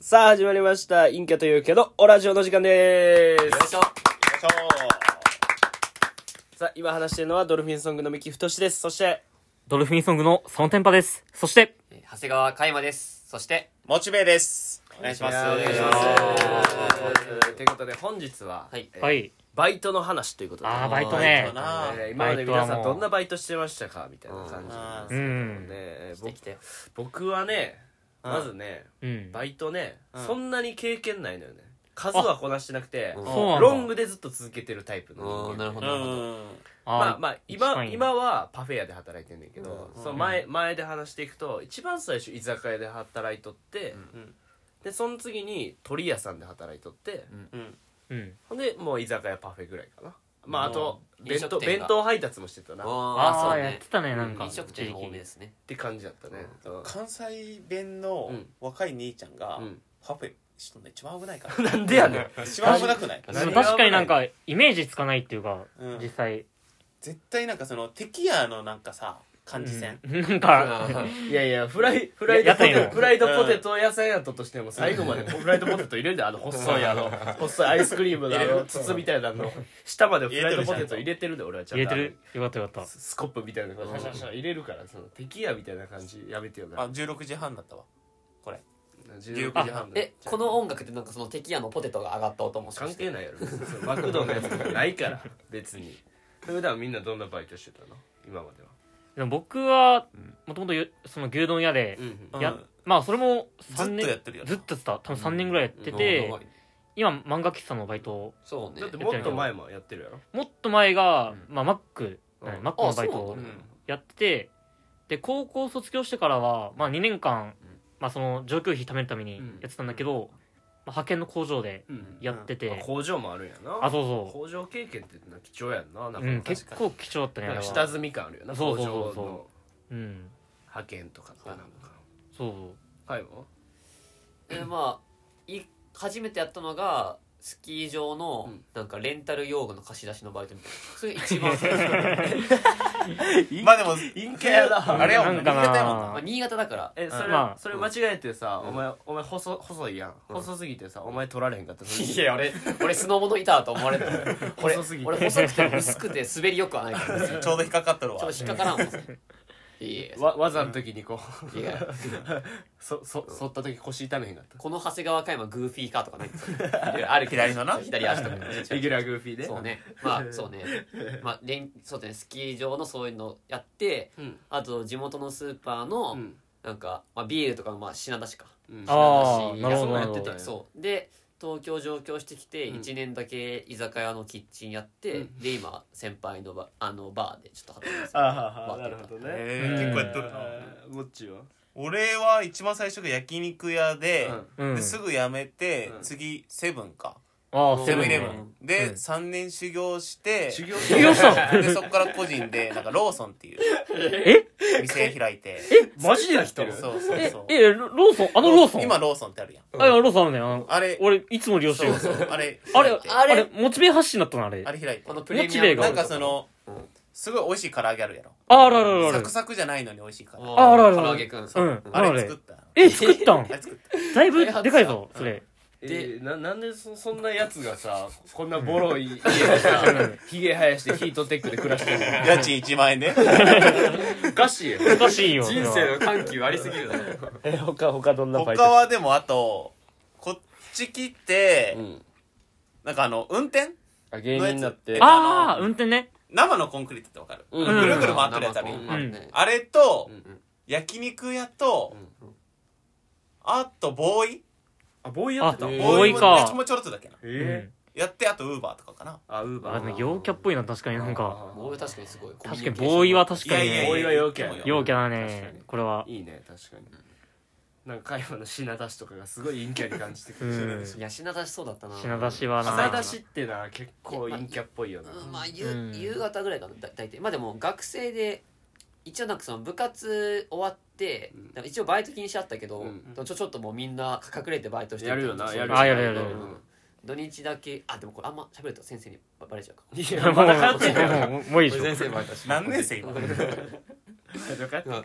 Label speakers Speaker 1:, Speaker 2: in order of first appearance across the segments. Speaker 1: さあ、始まりました。陰キャというけど、おラジオの時間で
Speaker 2: よいしょ
Speaker 3: よいしょ
Speaker 1: す。さあ、今話してるのはドルフィンソングの三木太です。そして、。
Speaker 4: ドルフィンソングのそのテンパです。そして、
Speaker 2: えー長谷川嘉山ですそして
Speaker 3: モチベですお願いします
Speaker 2: お願いし
Speaker 3: お
Speaker 2: ま
Speaker 3: 願いします
Speaker 1: ということで、本日は、
Speaker 2: はい
Speaker 1: えー
Speaker 4: はい。
Speaker 1: バイトの話ということで、
Speaker 4: あー、バイト
Speaker 3: バ
Speaker 4: ね
Speaker 3: イト。な
Speaker 1: えー今まで
Speaker 4: バイトは
Speaker 1: 皆さん
Speaker 4: も
Speaker 1: ど
Speaker 4: う
Speaker 1: んなバイトしてましたかみたいな感じなんですけ
Speaker 4: う
Speaker 1: どね
Speaker 4: ん。
Speaker 1: えー
Speaker 2: 来て
Speaker 1: 僕
Speaker 2: きてよ
Speaker 1: 僕はね、
Speaker 3: うん
Speaker 1: まずね、
Speaker 4: うん。
Speaker 1: バイトね、
Speaker 3: うん
Speaker 1: そんなに経験ないのよね。数はこなしてなくて、
Speaker 2: うん
Speaker 4: そうなんだ。
Speaker 1: ロングでずっと続けてるタイプの人
Speaker 2: おー
Speaker 1: 間
Speaker 2: なるほ
Speaker 3: う
Speaker 2: どなるほど
Speaker 3: ん
Speaker 1: まあ
Speaker 4: あ
Speaker 1: まあ
Speaker 4: 一
Speaker 1: 今
Speaker 4: 番いい
Speaker 1: 今はパフェ屋で働いてんねんけど、
Speaker 3: うん
Speaker 1: その前前で話していくと一番最初居酒屋で働いとって、
Speaker 3: うん
Speaker 1: でその次に鳥屋さんで働いとって、
Speaker 3: うん
Speaker 4: ーうん。
Speaker 1: ほんでもう居酒屋パフェぐらいかなまああと
Speaker 2: うん
Speaker 1: 弁当
Speaker 2: 飲食店
Speaker 1: 弁
Speaker 2: が
Speaker 1: 当配達もしてたなっ
Speaker 2: おー
Speaker 4: あ
Speaker 2: そう
Speaker 4: ー、やっ
Speaker 2: ね
Speaker 4: てたね、なんか。
Speaker 2: 飲食店
Speaker 4: 一時
Speaker 2: 多
Speaker 4: 期
Speaker 2: めですね
Speaker 1: て感じだったね、うん
Speaker 3: 関西弁の
Speaker 1: うん
Speaker 3: 若い兄ちゃんが
Speaker 1: うん
Speaker 3: パフェしとんの一番危 ないから
Speaker 1: なんでやねん
Speaker 3: 一番危なくない
Speaker 4: でも
Speaker 1: 何が
Speaker 4: 確かになんか、イメージつかないっていうか
Speaker 3: うん、
Speaker 4: 実際。
Speaker 3: 絶対なんかその敵やのなんかさ感じせん
Speaker 4: うん なん
Speaker 2: あ
Speaker 4: か、
Speaker 1: いやいやフライフライド
Speaker 4: や
Speaker 1: ポ
Speaker 4: ったん
Speaker 1: テ
Speaker 4: や
Speaker 1: トフライドポテト屋さんやったとしても最後までフライドポテト入れるであの細いあの細いアイスクリームのあ
Speaker 3: 入れ
Speaker 1: の
Speaker 3: る
Speaker 1: 筒みたいなの下までフライドポテト入れてるで俺はちゃん
Speaker 4: 入
Speaker 1: と
Speaker 4: れてるよかったよかった。
Speaker 1: ススコップみたいなのシャシャシャ入れるからその敵やみたいな感じやめてよな
Speaker 3: あ16時半だったわこれ
Speaker 1: 16時半だ
Speaker 2: えこの音楽ってなんかその敵屋のポテトが上がった音もしか
Speaker 1: 関
Speaker 2: して
Speaker 1: 係ないやろ 別にそのマクドのやつとかないから別に普段みんなどんなバイトしてたの今までは
Speaker 4: でも僕は、もともとよその牛丼屋で
Speaker 1: う、ん
Speaker 3: うん
Speaker 4: やまあそれも3年。
Speaker 3: ずっとやってるよな
Speaker 4: ずっとやってた。多分3年ぐらいやって
Speaker 2: うん
Speaker 4: て
Speaker 2: 長、い
Speaker 4: 今漫画喫茶のバイトを
Speaker 2: そうね
Speaker 1: だってもっと前もやってるやろ
Speaker 4: もっと前が、
Speaker 2: うん
Speaker 4: まあ、マック、
Speaker 1: うん
Speaker 4: マックのバイト
Speaker 2: あそう
Speaker 4: を
Speaker 2: な
Speaker 3: うん
Speaker 4: やっててで高校卒業してからは、まあ、2年間、
Speaker 2: ん
Speaker 4: まあ、その上級費貯めるためにやってたんだけど、まあ、派遣の工場で
Speaker 1: うん
Speaker 4: やってて、
Speaker 1: まあ工場もあるんやな
Speaker 4: あそ
Speaker 1: 工場経験ってな貴重やんななん
Speaker 4: うそう、
Speaker 1: か
Speaker 4: うん、
Speaker 1: 確
Speaker 4: 結
Speaker 1: か
Speaker 4: 構貴重だったね
Speaker 1: に
Speaker 4: あ
Speaker 1: なん
Speaker 4: れ
Speaker 1: か
Speaker 4: は
Speaker 1: 下積み感あるよな
Speaker 4: そ
Speaker 1: 工
Speaker 4: うそ
Speaker 1: 場
Speaker 4: うそうそう
Speaker 1: の
Speaker 4: うん、
Speaker 1: 派遣とかとかなんか
Speaker 4: そうそう
Speaker 1: はいも
Speaker 2: でまあい初めてやったのがスキー場の
Speaker 1: うん
Speaker 2: なんかレンタル用具の貸し出しのバイトみたいなそれが一番最初
Speaker 3: まあでも
Speaker 1: 陰キャやな
Speaker 3: あれやもんね
Speaker 4: なんかな
Speaker 3: 言い方やもんな
Speaker 2: まあ新潟だから
Speaker 1: えそれ、
Speaker 4: まあ
Speaker 1: それ間違えてさ、
Speaker 2: うん
Speaker 1: お前お前細細いやん、細すぎてさお前取られへんかった
Speaker 2: いや俺俺スノボの板だと思われたよ 俺
Speaker 1: 細すぎて
Speaker 2: 俺細くて薄くて滑りよくはないからちょっ
Speaker 3: ちょうど引っかかっとるわ
Speaker 2: と引っかからんもんいやい
Speaker 1: わ技の時にこう
Speaker 2: やいや
Speaker 1: そそそった時腰痛めへんかった
Speaker 2: この長谷川加山グーフィーかとかないんですよあるけど
Speaker 3: 左のな
Speaker 2: 左足とか
Speaker 1: レギュラーグーフィーで
Speaker 2: そうねまあそうねまあレンそうねスキー場のそういうのやって
Speaker 1: うん
Speaker 2: あと地元のスーパー
Speaker 1: う
Speaker 2: の
Speaker 1: ん
Speaker 2: なんか、まあ、ビールとかまあ品出しか
Speaker 1: うん
Speaker 4: あ
Speaker 2: 品
Speaker 4: ー
Speaker 2: 出し
Speaker 4: なるほど
Speaker 2: いや
Speaker 4: なるほど
Speaker 2: そうやっててそうで東京上京してきて
Speaker 1: うん
Speaker 2: 1年だけ居酒屋のキッチンやって、
Speaker 1: うん
Speaker 2: で今先輩のバあのバーでちょっと働いてます
Speaker 1: あはは
Speaker 2: バー
Speaker 1: なる
Speaker 2: っていうか
Speaker 1: ほどね
Speaker 3: えー結構やっとるな
Speaker 1: あーもっちは
Speaker 3: 俺は一番最初が焼肉屋で,、
Speaker 4: うん
Speaker 3: ですぐ辞めて、
Speaker 1: うん
Speaker 3: 次セブンか
Speaker 4: ああ
Speaker 2: うん
Speaker 3: セ
Speaker 4: セ
Speaker 3: ブン
Speaker 4: ブン
Speaker 3: イレブ
Speaker 4: ね
Speaker 3: ンで、
Speaker 4: うん
Speaker 3: 3年修行して
Speaker 1: 修行
Speaker 4: 修行した
Speaker 3: でそこから個人でなんかローソンっていう
Speaker 4: え
Speaker 3: 店開いて
Speaker 1: マジでやって
Speaker 3: そう
Speaker 1: る
Speaker 3: そうそう
Speaker 4: ええロローソンあのローソン
Speaker 3: 今ローソンってあるやん
Speaker 4: あいやローソンあるねあの
Speaker 3: あれ
Speaker 4: 俺いつも利用して
Speaker 3: そ
Speaker 4: る
Speaker 3: うそうあれ
Speaker 4: あ
Speaker 3: 開い
Speaker 4: れ
Speaker 3: て
Speaker 4: あれモチベ発信だったのあれ
Speaker 3: あれ開いて
Speaker 2: このプレ
Speaker 4: モ
Speaker 2: ミ
Speaker 4: チ
Speaker 2: ア
Speaker 4: ベ
Speaker 2: ム
Speaker 4: が
Speaker 3: なんかその
Speaker 2: うん
Speaker 3: すごい美味しい唐揚げあるやろ
Speaker 4: ああるあるあるあ
Speaker 3: サ
Speaker 4: る
Speaker 3: クサクじゃないのに美味しいから
Speaker 4: ああるある
Speaker 2: 唐揚げくん
Speaker 4: う
Speaker 2: そ
Speaker 4: ん
Speaker 3: あ
Speaker 4: あ
Speaker 3: れ
Speaker 4: れ
Speaker 3: 作った
Speaker 4: え作ったん
Speaker 3: あれ作った
Speaker 4: だいぶでかいぞそれ
Speaker 1: えーななんでそそんなやつがさこんなボロい家でさひげ生やしてヒートテックで暮らしてる
Speaker 3: 家賃1万円 で
Speaker 1: のおかしいよ
Speaker 4: おかしいよそれは
Speaker 2: 緩急ありすぎるな
Speaker 1: え他他どんなバイト
Speaker 3: 他はでもあとこっち来て
Speaker 1: うん
Speaker 3: なんかあの運転
Speaker 1: あ芸人になって
Speaker 3: のや
Speaker 4: ああ運転ね
Speaker 3: 生のコンクリートってわかる
Speaker 1: うん
Speaker 3: ぐるぐる回ってるやつあるやん
Speaker 2: 生コンあるね
Speaker 3: あれと
Speaker 1: うん
Speaker 2: うん
Speaker 3: 焼肉屋と
Speaker 2: うん
Speaker 3: あとボーイ
Speaker 1: あボーイや
Speaker 4: や
Speaker 1: っ
Speaker 4: ってて
Speaker 1: たの
Speaker 4: たの
Speaker 1: えー、
Speaker 3: ボ
Speaker 4: えーボ
Speaker 3: ー
Speaker 4: ー
Speaker 3: イ
Speaker 4: イ
Speaker 3: も
Speaker 4: か
Speaker 3: ちもちょろっとだけな
Speaker 4: うん
Speaker 3: やってあとウーバーとかかな
Speaker 1: あウーバ
Speaker 4: あで
Speaker 1: ー
Speaker 4: も陽キャっぽいな確かになんか
Speaker 2: ボーイは確かにすごい
Speaker 4: 確かにボーイは確かに
Speaker 3: いやいや
Speaker 1: ボ
Speaker 3: い
Speaker 1: ー
Speaker 4: ね
Speaker 1: イは陽キャや
Speaker 4: 陽キャだ
Speaker 1: 確かに
Speaker 4: ねこれはい
Speaker 1: いね確かになんか会話の品出しとかがすごい陰キャに感じてく
Speaker 4: う
Speaker 1: る
Speaker 4: ん
Speaker 2: いや品出しそうだったな
Speaker 4: 品出しはな
Speaker 1: 品出しってな結構陰キャっぽいよな
Speaker 2: うんまあゆ
Speaker 4: うん
Speaker 2: 夕方ぐらいかなだ大体まあでも学生で一応なんかその部活終わって
Speaker 1: うん
Speaker 2: なんか一応バイト禁止あったけど
Speaker 1: うん
Speaker 2: でもちょちょっともうみんな隠れてバイトして
Speaker 1: やるよなやるよ
Speaker 4: あやるやる
Speaker 2: う
Speaker 4: や
Speaker 2: ん
Speaker 4: る
Speaker 2: 土日だけあでもこれあんま喋ると先生にババレちゃうか
Speaker 1: い
Speaker 4: い
Speaker 1: や
Speaker 4: やも
Speaker 1: ま
Speaker 4: う
Speaker 1: だ通ってんじゃん
Speaker 4: もうもういいでしょ
Speaker 2: バイトし
Speaker 3: 何年生 今
Speaker 1: まだ通ってんじゃん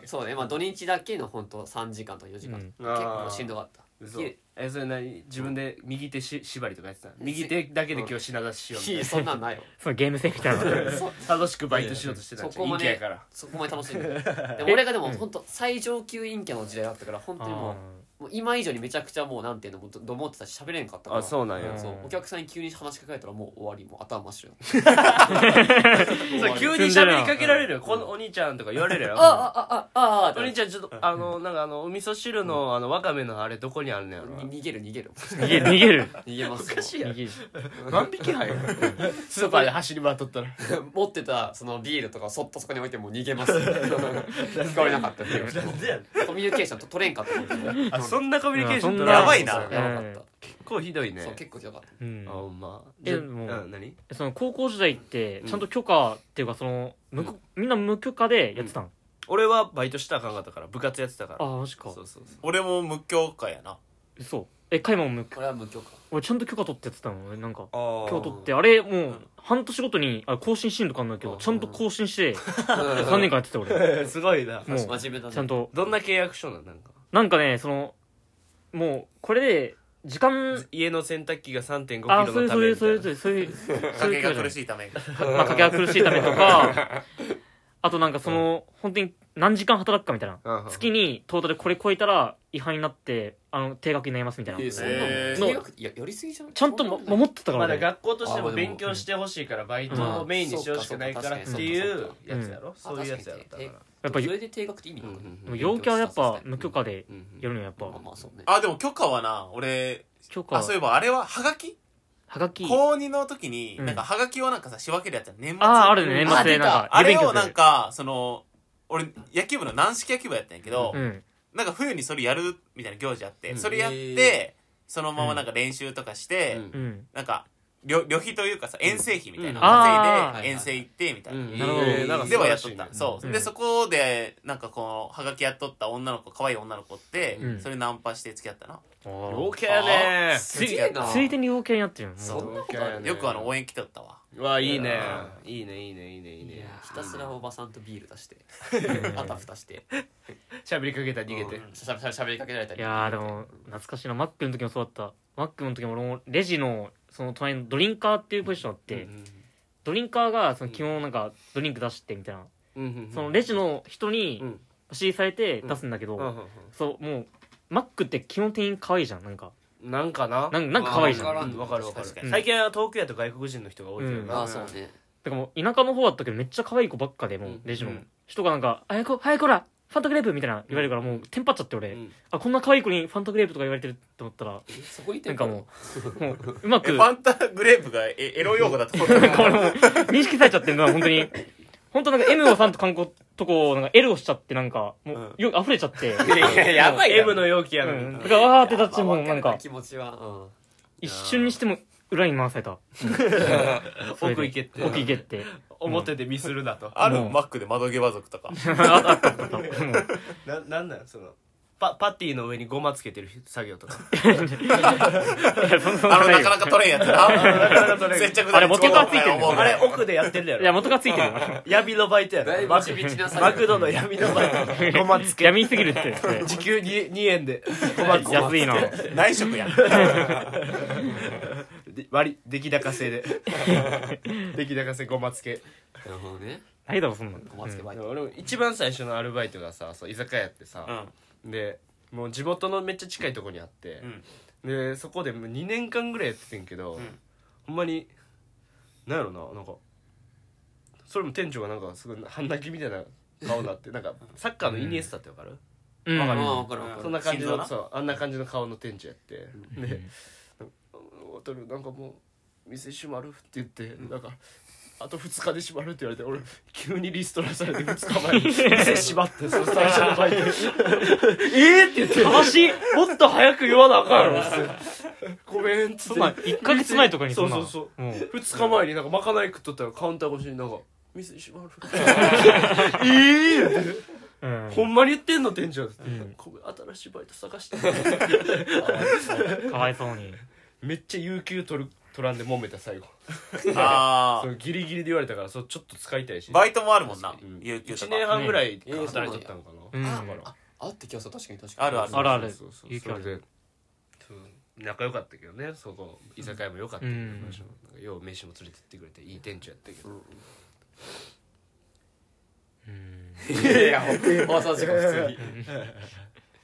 Speaker 2: そうねまあ土日だけの本当三3時間とか4時間
Speaker 4: うん
Speaker 2: 結構しんどかった
Speaker 1: 嘘
Speaker 2: 昼
Speaker 1: えそれ何自分で右手し縛りとかやってた右手だけで今日品出ししようみたい
Speaker 2: いいそんなんないよ
Speaker 4: そのゲーム性みたいなの
Speaker 1: な楽しくバイトしようとしてたんじ
Speaker 2: そ
Speaker 1: ゃん
Speaker 2: こま
Speaker 1: 陰キャ
Speaker 2: で
Speaker 1: やから
Speaker 2: そこまで楽しんででも俺がでも本当最上級陰キャの時代だったから本当にもうもう今以上にめちゃくちゃもうなんていうのもうどどもってたし喋れんかったから
Speaker 1: あそうなんや、
Speaker 4: うん
Speaker 2: そうお客さんに急に話しかけられたらもう終わりもう頭真っ白
Speaker 1: それ急に喋りかけられるよこのお兄ちゃんとか言われるよ
Speaker 2: ああああああ
Speaker 1: お兄ちゃんちょっとあのなんかあのお味噌汁のあのわかめのあれどこにあるのやろな
Speaker 2: に逃げる逃げる
Speaker 4: 逃げる逃げる
Speaker 2: 逃げますよ
Speaker 1: しいや
Speaker 4: 逃げる
Speaker 1: 万引き犯やスーパーで走り回っとったら
Speaker 2: 持ってたそのビールとかをそっとそこに置いてもう逃げます聞こえなかったっていうコミュニケーションと取れんかったっていう
Speaker 1: あそんなコミュニケーション
Speaker 4: う
Speaker 1: 取
Speaker 4: んそんな
Speaker 1: ら
Speaker 3: やばいな
Speaker 2: そうそうやばかっ
Speaker 1: 結構ひどい
Speaker 2: た
Speaker 1: ね
Speaker 2: そう結構ひどかっ
Speaker 4: うん
Speaker 1: あほんま
Speaker 4: え
Speaker 1: じゃ
Speaker 4: もう
Speaker 1: うん何
Speaker 4: その高校時代って
Speaker 1: うん
Speaker 4: ちゃんと許可っていうかその無許みんな無許可でやってたん
Speaker 1: 俺はバイトしたらあかんかったから部活やってたから
Speaker 4: あマジか
Speaker 1: そうそうそ
Speaker 3: 俺も無教会やな
Speaker 4: そうえカイマも無
Speaker 2: た
Speaker 4: 許
Speaker 2: これは無許可
Speaker 4: 俺ちゃんと許可取ってやってたの俺なんか
Speaker 1: う
Speaker 4: 許可取ってあれもう半年ごとにあ更新しんとかあんだけ
Speaker 2: あ
Speaker 4: ど
Speaker 2: ー
Speaker 4: ちゃんと更新して3
Speaker 2: 3
Speaker 4: 年間やってた 俺
Speaker 1: すごいな
Speaker 4: もう
Speaker 2: 真面目だね
Speaker 4: ちゃんと
Speaker 1: どんな契約書なんなんか
Speaker 4: なんかねそのもうこれで時間
Speaker 1: 家の洗濯機が3.5キロ
Speaker 4: あそうい
Speaker 1: の
Speaker 4: う
Speaker 1: た
Speaker 4: そう
Speaker 1: め
Speaker 4: い
Speaker 1: み
Speaker 4: うそ
Speaker 1: た
Speaker 4: う
Speaker 1: い
Speaker 4: いう
Speaker 1: な
Speaker 4: そういうそういうそう
Speaker 3: 家
Speaker 4: い
Speaker 3: 計
Speaker 4: う
Speaker 3: が
Speaker 4: 許可
Speaker 3: 苦
Speaker 4: じ
Speaker 3: しいため
Speaker 4: ゃないまあ家計が苦しいためとかあとなんかその本当に何時間働くかみたいな
Speaker 1: うんうん
Speaker 4: 月にトータルこれ超えたら違反になってあの定額になりますみたいな
Speaker 2: えーそんなの
Speaker 3: えー
Speaker 2: 留学いややりすぎじゃん
Speaker 4: ちゃんとも守ってたか
Speaker 1: ま
Speaker 4: ら
Speaker 1: だ
Speaker 4: ね
Speaker 1: 学校として
Speaker 2: あまあ
Speaker 1: も
Speaker 2: でも
Speaker 1: 勉強してほしいからバイトをメインにしようしかないからっていうやつやろ
Speaker 2: そう
Speaker 1: そう
Speaker 2: かそうか確かに
Speaker 1: いうやつやろだから
Speaker 4: やっぱ
Speaker 2: それで定額って意味なのかな
Speaker 1: うんうん
Speaker 4: でも陽キャはやっぱ無許可でやるのやっぱ
Speaker 2: まあまあそうね
Speaker 3: あでも許可はな俺
Speaker 4: 許可
Speaker 3: あそういえばあれははがき
Speaker 4: はがき
Speaker 3: 高2の時に
Speaker 4: うん
Speaker 3: なんかはがきをなんかさ仕分けるやつやん年末
Speaker 4: あーあるね年末でなんか
Speaker 3: あ
Speaker 4: 郵
Speaker 3: れ
Speaker 4: 便
Speaker 3: を
Speaker 4: 局
Speaker 3: なんかその俺野球部の軟式野球部やったんやけど、
Speaker 4: うん
Speaker 3: なんか冬にそれやるみたいな行事あって、
Speaker 1: うん
Speaker 3: それやって、
Speaker 2: へ
Speaker 3: そのままなんか練習とかして、
Speaker 1: うん
Speaker 4: うん
Speaker 3: なんか旅旅費というかさ遠征費みたいなの
Speaker 4: うん
Speaker 3: 稼
Speaker 2: あ
Speaker 3: い
Speaker 2: ー
Speaker 3: で遠征行ってみたいな、
Speaker 1: うん
Speaker 4: なるほど
Speaker 1: えーなんか
Speaker 3: で
Speaker 1: 素
Speaker 3: は
Speaker 1: 晴
Speaker 3: や
Speaker 1: ら
Speaker 3: っ
Speaker 1: し
Speaker 3: と
Speaker 1: い
Speaker 3: っ
Speaker 1: ね
Speaker 3: た、そう、
Speaker 4: うん
Speaker 3: でそこでなんかこのはがきやっとった女の子可愛い女の子って、
Speaker 4: うん
Speaker 3: それナンパして付き合ったな、
Speaker 1: 陽
Speaker 4: つ
Speaker 1: キャやね
Speaker 2: すげえな
Speaker 4: ついでに陽キャになってるよもう
Speaker 2: そんな
Speaker 1: 陽
Speaker 2: こと
Speaker 1: キャ
Speaker 2: あ
Speaker 1: や
Speaker 2: る
Speaker 1: ね
Speaker 3: よくあの応援来とったわ
Speaker 1: うわいいね
Speaker 3: う
Speaker 1: いいねいいねいいねいいね
Speaker 2: ひたすらおばさんとビール出して
Speaker 4: うん
Speaker 2: あたふたして
Speaker 1: 喋りかけたら逃げて
Speaker 2: しゃしゃしゃべりかけられた
Speaker 4: い
Speaker 2: り
Speaker 4: やーでも懐かしいなマックの時もそうだったマックの時も俺もレジのその隣のドリンカーっていうポジションあって、ドリンカーがその基本なんかドリンク出してみたいな、そのレジの人に
Speaker 1: うん
Speaker 4: 指示されて出すんだけど、そうもうマックって基本店員可愛いじゃんなんか
Speaker 1: なんかな
Speaker 4: なんなんか可愛いじゃん
Speaker 1: わからんわかるわかる
Speaker 3: 確
Speaker 4: かに
Speaker 1: 最近は東京やと外国人の人が多いけど
Speaker 4: うん
Speaker 1: な
Speaker 2: ああそうね
Speaker 4: だからもう田舎の方だったけどめっちゃ可愛い子ばっかでもう
Speaker 1: うん
Speaker 4: レジの、
Speaker 1: うん
Speaker 4: 人がなんか「早く早くほらファンタグレープ」みたいな言われるからもうテンパっちゃって俺、
Speaker 1: うん
Speaker 4: あこんな可愛い子にファンタグレープとか言われてると思ったら
Speaker 2: そこに
Speaker 4: なんかもうもううま
Speaker 3: えフ
Speaker 4: く
Speaker 3: ァンタグレープがえエロ用語だと思った
Speaker 4: これもう認識されちゃってんのは本当に本当なんか M を3と観光とこをなんか L をしちゃってなんかもう、よ溢れちゃって、
Speaker 1: いややばい
Speaker 2: や
Speaker 1: M の容器や
Speaker 4: う
Speaker 1: の
Speaker 4: ん、
Speaker 1: に
Speaker 4: だからわーって
Speaker 2: だ
Speaker 4: 立ってもうなんか
Speaker 2: 気持ちはうん
Speaker 4: 一瞬にしても裏に回されたそれで
Speaker 1: 奥行けって
Speaker 4: 奥行けって
Speaker 1: 表でミスるなと
Speaker 3: あ
Speaker 4: う
Speaker 3: る
Speaker 4: ん
Speaker 3: マックで窓際族とか
Speaker 4: あったあったあったもう
Speaker 1: ななんなんそのパパティの上にゴマつけてる作業とか
Speaker 4: いやそんそ
Speaker 3: あ
Speaker 4: ん
Speaker 3: の
Speaker 4: なな
Speaker 3: な
Speaker 4: いよ
Speaker 3: かなか取れんやつ
Speaker 1: かなか取
Speaker 3: な
Speaker 1: れん
Speaker 3: 接着剤
Speaker 4: あれ元がついてんの
Speaker 3: ちょうど思う
Speaker 1: あ
Speaker 3: あ
Speaker 1: れ
Speaker 3: れ
Speaker 1: 奥でやってるや
Speaker 4: いや
Speaker 1: ろ
Speaker 4: 元がついてるよ
Speaker 1: 闇のバイトや
Speaker 2: だ
Speaker 1: ろ
Speaker 2: いぶ
Speaker 1: マ
Speaker 2: 地
Speaker 1: ク
Speaker 2: 道な作業
Speaker 1: マクドの闇のバイトゴマつけ
Speaker 4: 闇すぎるって
Speaker 1: 時給 2, 2円でゴマつけ
Speaker 4: 安いな
Speaker 3: 内職やん
Speaker 1: で割り出来高制で出来高制ごまつけ
Speaker 2: なるほどね
Speaker 4: ないだろそんなの
Speaker 2: ごまつけバイト
Speaker 1: 俺も一番最初のアルバイトがさそう居酒屋やってさ、でもう地元のめっちゃ近いとこにあって
Speaker 3: う、ん
Speaker 1: でそこでもう2年間ぐらいやっててんけど、
Speaker 3: ん
Speaker 1: ほんまになんやろななんかそれも店長がなんかすごい半泣きみたいな顔になってなんかサッカーのイニエスタってわかる、
Speaker 4: うん
Speaker 2: あ
Speaker 4: うん
Speaker 2: あ分かる分か
Speaker 1: そん
Speaker 2: る
Speaker 1: な感じ
Speaker 3: 心臓
Speaker 1: の
Speaker 3: な
Speaker 1: そうあんな感じの顔の店長やって、で「渡るなんかもう店閉まる」って言って、なんか「あと2日で閉まる」って言われて俺急にリストラされて2日前に店閉まってその最初の バイトえっ!」って言って
Speaker 4: 話もっと早く言わなあかん やろ
Speaker 1: 「ごめん」っつ
Speaker 4: そ
Speaker 1: っ
Speaker 4: ん
Speaker 1: て
Speaker 4: なん1ヶ月前とかに
Speaker 1: そ
Speaker 4: そ
Speaker 1: うん
Speaker 4: な
Speaker 1: そ
Speaker 4: の
Speaker 1: うそう
Speaker 4: もう
Speaker 1: 2日前になんかまかない食っとったらカウンター越しになんか「店閉まる」 ええーって
Speaker 4: うん
Speaker 1: ほんまに言ってんの店長って言って
Speaker 4: うん
Speaker 1: ごめん新しいバイト探して
Speaker 4: かわいそうに
Speaker 1: めっちゃ有給取る取らんで揉めた最後
Speaker 3: あ
Speaker 1: そ
Speaker 3: あ
Speaker 1: のギリギリで言われたからそうちょっと使いたいし
Speaker 3: バイトもあるもんな
Speaker 1: うん
Speaker 3: 有給と
Speaker 1: 1
Speaker 3: か
Speaker 1: 年半ぐらい
Speaker 2: うん
Speaker 1: 働いとったのかな、
Speaker 4: うん
Speaker 1: だから
Speaker 2: あってきます確かに確かに
Speaker 3: あるある
Speaker 4: あるある
Speaker 1: そうそうそう
Speaker 4: 有給ある
Speaker 1: それで仲良かったけどねそこ居酒屋も良かったけど、
Speaker 4: うん
Speaker 1: マンションなんかよう飯も連れてってくれていい店長やったけど、
Speaker 4: うん
Speaker 2: いやいや放送事故普通に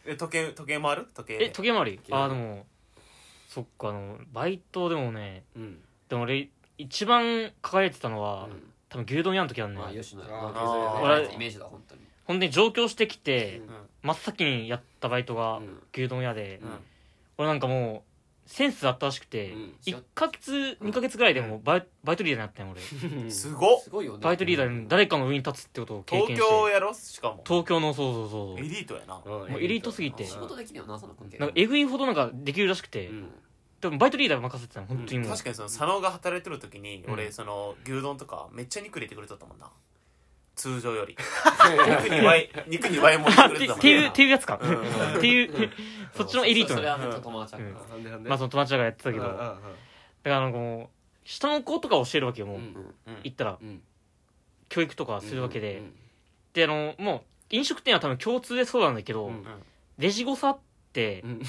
Speaker 3: え時計時計回る時計
Speaker 4: え時計回りあーでもそっかあのバイトでもね
Speaker 1: うん
Speaker 4: でも俺一番輝いてたのは、
Speaker 2: うん
Speaker 4: 多分牛丼屋の時なん
Speaker 2: まあ
Speaker 4: ね
Speaker 2: 吉野
Speaker 1: あー
Speaker 2: まあイメージだ本当に
Speaker 4: ほんで上京してきて、
Speaker 2: うん
Speaker 4: 真っ先にやったバイトが
Speaker 1: うん
Speaker 4: 牛丼屋で、
Speaker 3: うん
Speaker 4: 俺なんかもうセンスあったらしくて、
Speaker 1: うん
Speaker 4: 1ヶ月2ヶ月ぐらいでもうバイバイトリーダーになったんよ俺
Speaker 3: すごっ
Speaker 2: すごいよね
Speaker 4: バイトリーダーに誰かの上に立つってことを経験して
Speaker 3: 東京やろしかも
Speaker 4: 東京のそうそうそう
Speaker 3: エリートや な
Speaker 1: うん
Speaker 4: もうエリートすぎて
Speaker 2: 仕事できるよなその関係
Speaker 4: なんかえぐいほどなんかできるらしくて、
Speaker 1: うん
Speaker 4: でもバイトリーダー任せてたの本当にもう、
Speaker 3: 確かにその佐野が働いてる時に
Speaker 4: うん
Speaker 3: 俺その牛丼とかめっちゃ肉入れてくれとったもんな通常よ り
Speaker 1: うん
Speaker 3: 肉に倍肉に倍も入れてくれと
Speaker 4: っ
Speaker 3: った
Speaker 4: て
Speaker 3: も
Speaker 4: って
Speaker 3: んな
Speaker 4: いうっていうやつか、
Speaker 3: うん
Speaker 4: っていうそっちのエリート
Speaker 2: そ
Speaker 4: な
Speaker 2: れ
Speaker 4: の
Speaker 2: は本当友達だから
Speaker 1: なんでなんで
Speaker 4: まあその友達らがやってたけど
Speaker 1: うんうん
Speaker 4: だからなんかもう下の子とか教えるわけよもう、
Speaker 1: うんうん
Speaker 4: 行ったら
Speaker 1: うん
Speaker 4: 教育とかするわけで、
Speaker 1: うん
Speaker 4: であのもう飲食店は多分共通でそうなんだけど、
Speaker 1: うん
Speaker 4: レジ誤差って
Speaker 1: うん